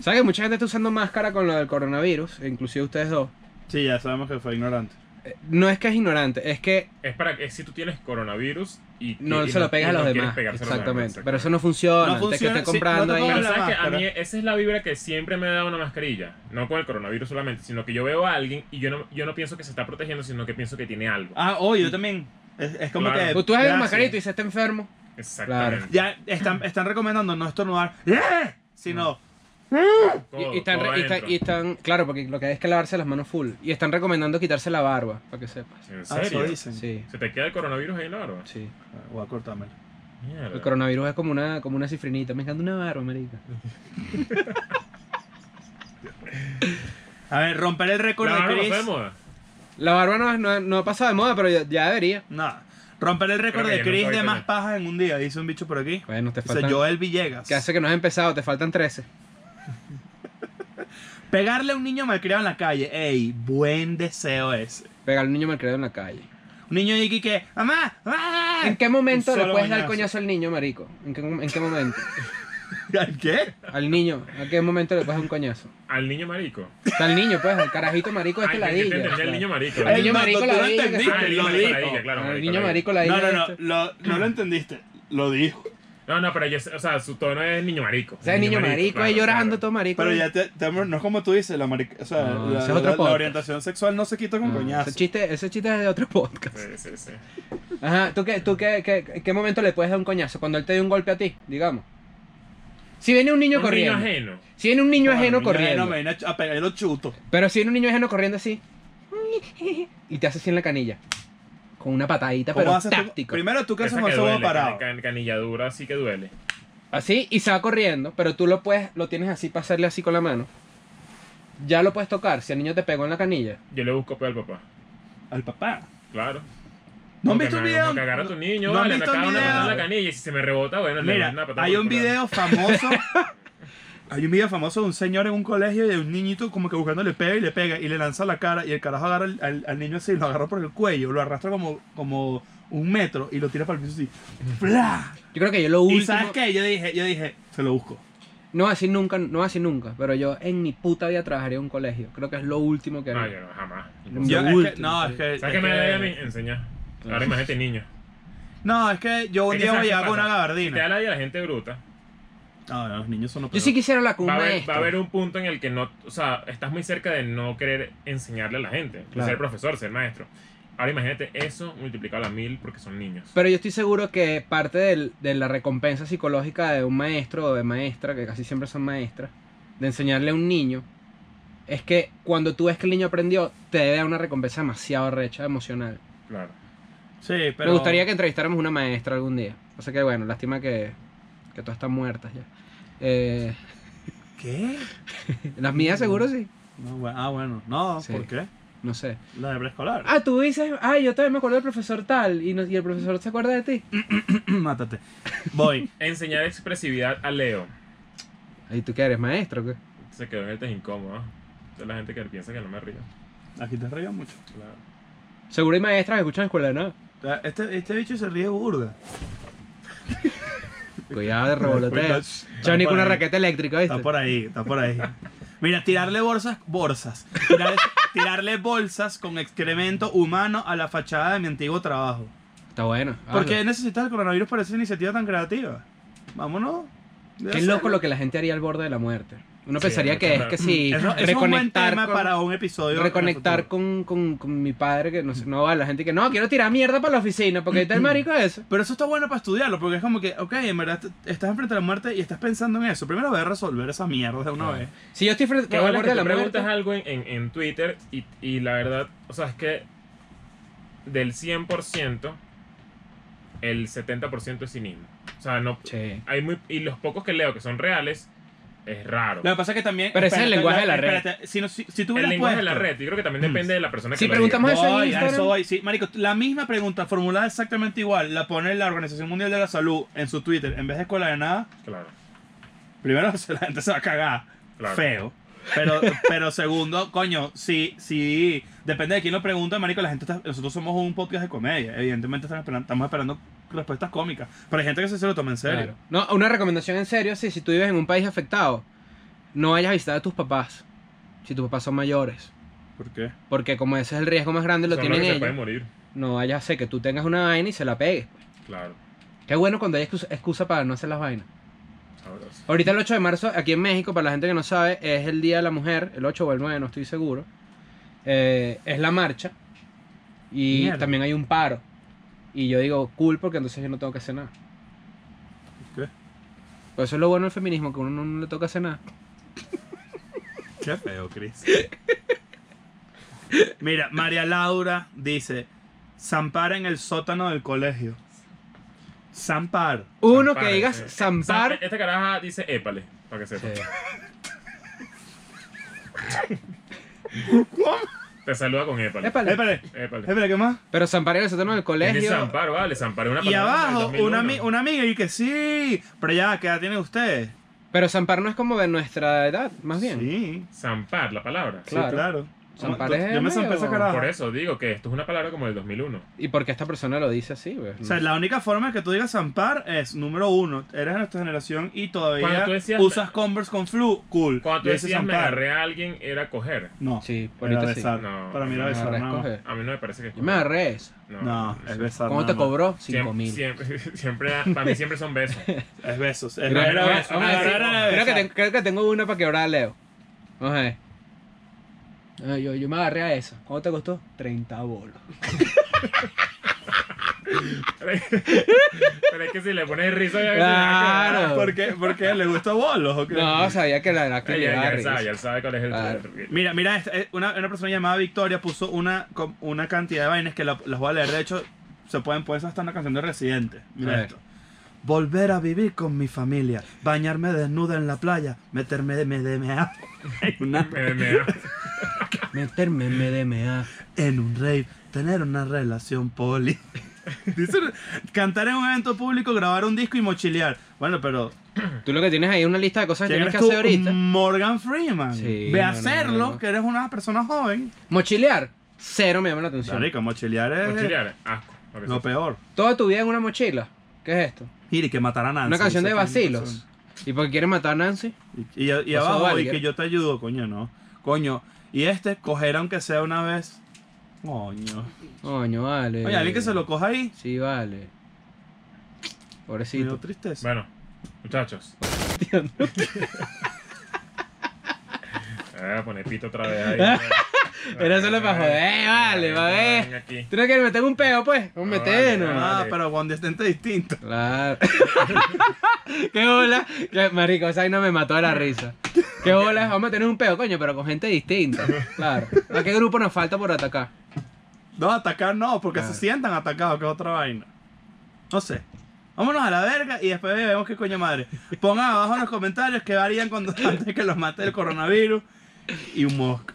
S4: ¿Sabes que mucha gente está usando máscara con lo del coronavirus? Inclusive ustedes dos.
S3: Sí, ya sabemos que fue ignorante.
S4: Eh, No es que es ignorante, es que
S2: Es para que es si tú tienes coronavirus y
S4: no
S2: y- y
S4: se lo pegas
S2: y
S4: a los
S2: no quieres
S4: demás.
S2: pegárselo a los demás,
S4: Exactamente. Pero eso
S2: exactamente.
S4: no funciona.
S3: No
S4: te- que
S3: funciona, sí,
S4: esté
S3: no te
S4: comprando ahí.
S3: pongas
S2: Pero
S3: la
S2: sabes que a
S3: máscara.
S2: mí esa es la vibra que siempre me ha dado una mascarilla. No con el coronavirus solamente, sino que yo veo a alguien y yo no, yo no pienso que se está protegiendo, sino que pienso que tiene algo.
S3: Ah, oh, yo también. Es, es como
S2: Claro.
S3: que...
S4: Pues tú haces un
S3: gracias.
S4: mascarito y dices, está enfermo.
S2: Exactamente.
S3: Ya están, están recomendando no estornudar, ¡eh! sino...
S4: Y,
S2: Todo,
S4: y están,
S2: todo
S4: re- y están-
S2: adentro.
S4: y están- claro, porque lo que hay es que lavarse las manos full. Y están recomendando quitarse la barba, para que sepas.
S2: ¿En
S3: Ah, eso
S2: serio?
S3: dicen.
S4: Sí,
S2: ¿Se te queda el coronavirus ahí, Loro?
S4: sí.
S3: Voy a cortármelo.
S2: Mierda.
S4: El coronavirus es como una, como una cifrinita. Me encanta una barba, marica.
S3: A ver, romper el récord
S2: La
S3: de
S2: barba no fue de
S3: Chris.
S2: moda.
S4: La barba no, no, no ha pasado de moda, pero ya, ya debería.
S3: Nada. Romper el
S2: Creo
S3: récord
S2: que
S3: de
S2: yo nunca
S3: Chris
S2: voy a
S3: de más
S2: tener.
S3: pajas en un día, dice un bicho por aquí.
S4: Bueno, te
S3: Dice
S4: faltan...
S3: Joel Villegas.
S4: Que hace que no has empezado, te faltan 13.
S3: Pegarle a un niño malcriado en la calle. Ey, buen deseo ese.
S4: Pegar a un niño malcriado en la calle.
S3: Un niño de que, mamá, mamá.
S4: ¿En qué momento
S3: Ah, Un
S4: le
S3: solo
S4: puedes dar
S3: coñazo.
S4: coñazo al niño, marico? ¿En qué, en qué momento?
S3: ¿Qué?
S4: Al niño, ¿a qué momento le puedes dar un coñazo?
S2: Al niño marico.
S4: O sea, al niño, pues, al carajito marico este
S2: Ay,
S4: la
S2: yo te entendí al niño marico.
S4: Al
S3: Ey,
S4: niño
S3: no,
S4: marico
S3: tú
S4: la
S3: lo
S4: diga, que-
S3: entendiste,
S2: Ah, el
S3: lo
S2: niño marico
S3: dijo.
S2: la diga, claro,
S4: Al
S2: marico
S4: niño
S2: la diga.
S4: marico la
S3: No, no,
S4: diga
S3: no,
S4: este.
S3: lo- no lo entendiste. Lo dijo.
S2: No, no, pero yo, sé- o sea, su tono es niño marico.
S4: O sea, el niño marico ahí
S2: claro,
S4: llorando,
S2: claro.
S4: todo marico.
S3: Pero ya te, te- no es como tú dices, la, marica- o sea,
S4: No,
S3: la,
S4: ese
S3: la-
S4: es otro
S3: la
S4: podcast.
S3: orientación sexual no se quita con
S4: Ah,
S3: coñazo.
S4: ese, chiste, ese chiste es de otro *laughs* podcast.
S2: Sí, sí, sí.
S4: Ajá, ¿tú, qué, tú qué, qué, en qué momento le puedes dar un coñazo? Cuando él te dio un golpe a ti, digamos. Si viene un niño
S2: Un niño
S4: corriendo.
S2: ajeno.
S4: si viene un niño
S3: Coño,
S4: ajeno
S3: niño
S4: corriendo.
S3: ajeno, me viene a ch- a pegar los chutos.
S4: Pero si viene un niño ajeno corriendo así. Y te hace así en la canilla. Con una patadita,
S3: ¿Cómo
S4: pero
S3: haces tú?
S4: táctico.
S3: Primero, tú que haces
S2: Esa
S3: con
S2: que
S3: sobo
S2: duele,
S3: parado.
S2: can- can- canilladura sí que duele.
S4: Así y se va corriendo, pero tú lo puedes, lo tienes así para hacerle así con la mano. Ya lo puedes tocar si el niño te pegó en la canilla.
S2: Yo le busco peo al papá.
S3: Al papá.
S2: Claro.
S3: ¿No han
S2: Porque
S3: visto un
S2: me-
S3: video?
S2: Porque agarra a tu niño,
S3: ¿No han
S2: vale, me
S3: visto un
S2: acaba una
S3: video?
S2: patada en la canilla y si se me rebota, bueno, le doy una
S3: Mira,
S2: patada
S3: hay un
S2: por el *laughs*
S3: video famoso. Hay un video famoso de un señor en un colegio y de un niñito como que buscando le pega y le pega y le lanza la cara y el carajo agarra al, al- al niño así, lo agarra por el cuello, lo arrastra como, como un metro y lo tira para el piso así. ¡Fla!
S4: Yo creo que yo lo
S3: ¿Y
S4: último.
S3: sabes qué? Yo dije, yo dije, se lo busco.
S4: No así nunca, no así nunca, pero yo en mi puta vida trabajaría en un colegio. Creo que es lo último que
S2: brazo. No,
S4: haría.
S2: yo no, jamás.
S4: Yo-
S3: Yo-
S4: Lo
S3: es que-
S4: último,
S3: no,
S4: sí.
S3: es que,
S2: ¿Sabes
S3: es
S2: qué me
S3: que-
S2: da a mí? Enseñar. Ahora imagínate niño.
S3: No, es que yo un
S2: Es que
S3: día
S2: ¿sabes
S3: voy
S2: qué
S3: a llegar con
S2: pasa?
S3: una
S2: Si te da
S3: gabardina.
S2: la idea la gente bruta,
S3: No, no, los niños son los
S4: Yo sí quisiera hablar con un
S2: va a, haber,
S4: maestro.
S2: va a haber un punto en el que no, o sea, estás muy cerca de no querer enseñarle a la gente, de
S4: Claro.
S2: ser profesor, ser maestro. Ahora imagínate eso multiplicado a la mil porque son niños.
S4: Pero yo estoy seguro que parte del- de la recompensa psicológica de un maestro o de maestra, que casi siempre son maestras, de enseñarle a un niño, es que cuando tú ves que el niño aprendió, te debe dar una recompensa demasiado recha, emocional.
S2: Claro.
S3: Sí, pero.
S4: Me gustaría que entrevistáramos una maestra algún día. O sea que bueno, lástima que, que todas están muertas ya. Eh,
S3: ¿Qué?
S4: *laughs* las mías seguro sí.
S3: No, bueno, ah, bueno. No,
S4: Sí.
S3: ¿por qué?
S4: No sé.
S3: La de preescolar.
S4: Ah, tú dices, ay, yo también me acuerdo del profesor tal y, no- y el profesor se acuerda de ti.
S3: *laughs* Mátate. Voy.
S2: Enseñar expresividad a Leo.
S4: ¿Y tú qué eres, maestro? o qué?
S2: Se quedó en el test incómodo. Esa es la gente que piensa que no me río.
S3: Aquí te ríes mucho.
S2: Claro.
S4: Seguro hay maestras que escuchan escuela, ¿no?
S3: O sea, Este, este bicho se ríe burda.
S4: Cuidado Pues de
S3: Está-
S4: revolotea.
S3: está
S4: Johnny
S3: por
S4: con una
S3: ahí.
S4: raqueta eléctrica, ¿viste?
S3: Está por ahí, está por ahí. Mira, tirarle bolsas, bolsas. Tirar- tirarle bolsas con excremento humano a la fachada de mi antiguo trabajo.
S4: Está bueno. Ah,
S3: ¿Por
S4: hazlo.
S3: qué necesitas el coronavirus para esa iniciativa tan creativa? Vámonos.
S4: Qué loco lo que la gente haría al borde de la muerte. Uno
S2: Sí,
S4: pensaría que es
S2: claro.
S4: que si
S3: Mm. Eso, eso es un buen
S4: reconectar
S3: tema
S4: con-
S3: para un episodio. en el
S4: reconectar
S3: futuro.
S4: con, con, con mi padre, que no sé, no va la gente que no, quiero tirar mierda para la oficina, porque ahí está el marico eso.
S3: Pero eso está bueno para estudiarlo, porque es como que, ok, en verdad est- estás enfrente a la muerte y estás pensando en eso. Primero voy a resolver esa mierda de una
S2: Claro.
S3: vez.
S4: Si yo estoy frente
S2: Qué
S4: al
S2: bueno
S4: borde
S2: que
S4: de
S2: tú
S4: la muerte,
S2: preguntas algo en, en- en Twitter y, y la verdad, o sea, es que del 100%, el 70% es cinismo. O sea, no,
S4: Che.
S2: hay muy, y los pocos que leo que son reales, es raro.
S3: Lo que pasa es que también.
S4: Pero ese es el lenguaje de la red.
S3: red. Si, no- si, si
S2: el
S3: tú hubieras
S2: lenguaje de la
S3: puesto-
S2: red, yo creo que
S4: Mm.
S2: también depende de la persona que
S4: Si
S2: lo
S4: preguntamos
S2: diga.
S4: eso en
S3: Voy, a
S4: Instagram.
S3: eso voy. Sí, marico, la misma pregunta formulada exactamente igual la pone la Organización Mundial de la Salud en su Twitter en vez de escuela de nada.
S2: Claro,
S3: Primero, *laughs* se- la gente se va a cagar.
S2: Claro.
S3: Feo. Pero, pero segundo, coño, sí, sí, depende de quién lo pregunta, marico, la gente está- nosotros somos un podcast de comedia, evidentemente están esperan- estamos esperando respuestas cómicas, pero hay gente que sí se lo toma en serio.
S4: Claro. No, una recomendación en serio, sí, si tú vives en un país afectado, no vayas a visitar a tus papás, si tus papás son mayores.
S3: ¿Por qué?
S4: Porque como ese es el riesgo más grande, lo
S2: Son los
S4: tienen
S2: que se pueden
S4: ellos.
S2: morir.
S4: No vayas a hacer que tú tengas una vaina y se la pegues. pues.
S2: Claro,
S4: Qué bueno cuando hay excusa, excusa para no hacer las vainas.
S2: sabroso.
S4: Ahorita el 8 de marzo, aquí en México, para la gente que no sabe, es el Día de la Mujer, el 8 o el 9, no estoy seguro. Eh, es la marcha. Y
S3: Mierda.
S4: también hay un paro. Y yo digo, cool, porque entonces yo no tengo que hacer nada.
S3: ¿Qué?
S4: Por eso es lo bueno del feminismo, que uno no, no le toca hacer nada.
S3: Qué feo, Chris. Mira, María Laura dice, zampar en el sótano del colegio. Zampar.
S4: Uno
S2: Zampar,
S4: que digas
S2: sí.
S4: zampar.
S2: Zamp- Esta caraja este dice épale, para que sepa.
S4: Sí.
S2: Te saluda con épale.
S4: Épale.
S3: Espérate,
S2: Épale.
S3: espérate, ¿qué más?
S4: Pero zampar en el sótano del
S2: Es de
S4: colegio.
S2: zampar, vale, zampar es una
S3: Y
S2: palabra del
S3: abajo,
S2: 2001.
S3: una, ami- una amiga y que sí, pero ya, ¿qué edad tienen ustedes?
S4: Pero zampar no es como de nuestra edad, más bien.
S3: Sí,
S2: Zampar, la palabra.
S4: Claro.
S3: sí, claro.
S4: Zampares
S3: Yo me
S4: es
S3: zampé esa
S4: medio-
S3: caraja.
S2: Por eso digo que esto es una palabra como del 2001.
S4: ¿Y por qué esta persona lo dice así, pues? güey?
S3: O sea, la única forma de que tú digas zampar es, número uno, eres de nuestra generación y todavía
S2: Cuando tú decías-
S3: usas Converse con flu, cool.
S2: Cuando tú
S3: Yo hice
S2: decías me
S3: zampar.
S2: agarré a alguien, era coger.
S3: No,
S4: Sí,
S3: era
S4: ahorita sí.
S3: besar.
S2: No,
S3: Para mí era
S2: me
S3: besar
S4: agarré a
S3: nada más.
S4: escoger.
S2: A mí no me parece que es
S4: Yo me
S2: coger.
S4: agarré eso.
S3: No, es besar
S4: ¿Cómo
S3: nada
S4: te
S3: más.
S4: cobró?
S2: Siem-
S4: 5 mil.
S2: Siempre, siempre, para mí siempre son besos.
S3: Es besos. Es
S4: Creo-
S3: era
S4: vamos a-
S3: beso.
S4: vamos a decir-
S3: Agarrar era
S4: creo, que
S3: besar.
S4: ten- creo que tengo una para quebrar a Leo. Vamos a ver. Ah, yo, yo me agarré a eso. ¿Cuánto te costó? 30 bolos.
S2: Pero es que si le pones risa, ya
S4: Claro.
S3: ¿Por qué? ¿Por qué? ¿Le gusta bolos o qué?
S4: No, sabía que la era que
S2: Ya,
S4: le
S2: ya,
S4: daba
S2: ya él sabe, ya
S4: risa.
S2: él sabe cuál es el.
S4: Claro.
S3: Mira, mira, esta, eh, una, una persona llamada Victoria puso una, com- una cantidad de vainas que la- las voy a leer. De hecho, se pueden poner hasta una canción de Residente.
S4: A
S3: Mira
S4: ver.
S3: esto. Volver a vivir con mi familia, bañarme desnuda en la playa, meterme de MDMA en, una-
S2: Me- me-
S4: Meterme en MDMA.
S3: en un rave, tener una relación poli. *laughs* Dice, cantar en un evento público, grabar un disco y mochilear. Bueno, pero
S4: Tú lo que tienes ahí es una lista de cosas que
S3: ¿quién
S4: tienes
S3: eres
S4: que
S3: tú?
S4: hacer ahorita.
S3: Morgan Freeman.
S4: Sí,
S3: Ve a
S4: no, no,
S3: hacerlo,
S4: no, no.
S3: que eres una persona joven.
S4: Mochilear. Cero me llama la atención.
S3: Marico, mochilear es
S2: Mochilear, asco. lo que
S3: lo
S2: sea.
S3: peor.
S4: Toda tu vida en una mochila. ¿Qué es esto?
S3: Mira, y que matar a Nancy.
S4: Una canción
S3: Esa
S4: de
S3: tiene
S4: vacilos.
S3: razón.
S4: ¿Y por qué quieres matar a Nancy?
S3: Y, y- y
S4: Pasó
S3: abajo,
S4: vale,
S3: y que
S4: ¿qué?
S3: yo te ayudo, coño, no. Coño, y este, coger aunque sea una vez. Coño.
S4: Coño, vale.
S3: Oye, alguien que se lo coja ahí.
S4: Sí, vale.
S3: Me dio
S4: Pobrecito.
S3: tristeza.
S2: Bueno, muchachos. *laughs* Voy a poner Ah, pito otra vez ahí.
S4: Pero eso lo para joder, vale, va a ver.
S2: Ven aquí.
S4: ¿Tú no quieres meter un peo, pues? Un
S2: No,
S4: meteno.
S2: vale,
S3: ah,
S2: vale.
S3: pero condescendente distinto.
S4: Claro. *laughs* Qué bola. Qué- marico, esa no me mató de la risa. Qué bola. Vamos a tener un peo, coño, pero con gente distinta. Claro. ¿A qué grupo nos falta por atacar?
S3: No, atacar no, porque
S4: Claro.
S3: se sientan atacados, que es otra vaina. No sé. Vámonos a la verga y después vemos qué coño madre. Pongan abajo en los comentarios que varían cuando *laughs* antes que los mate el coronavirus y un mosca.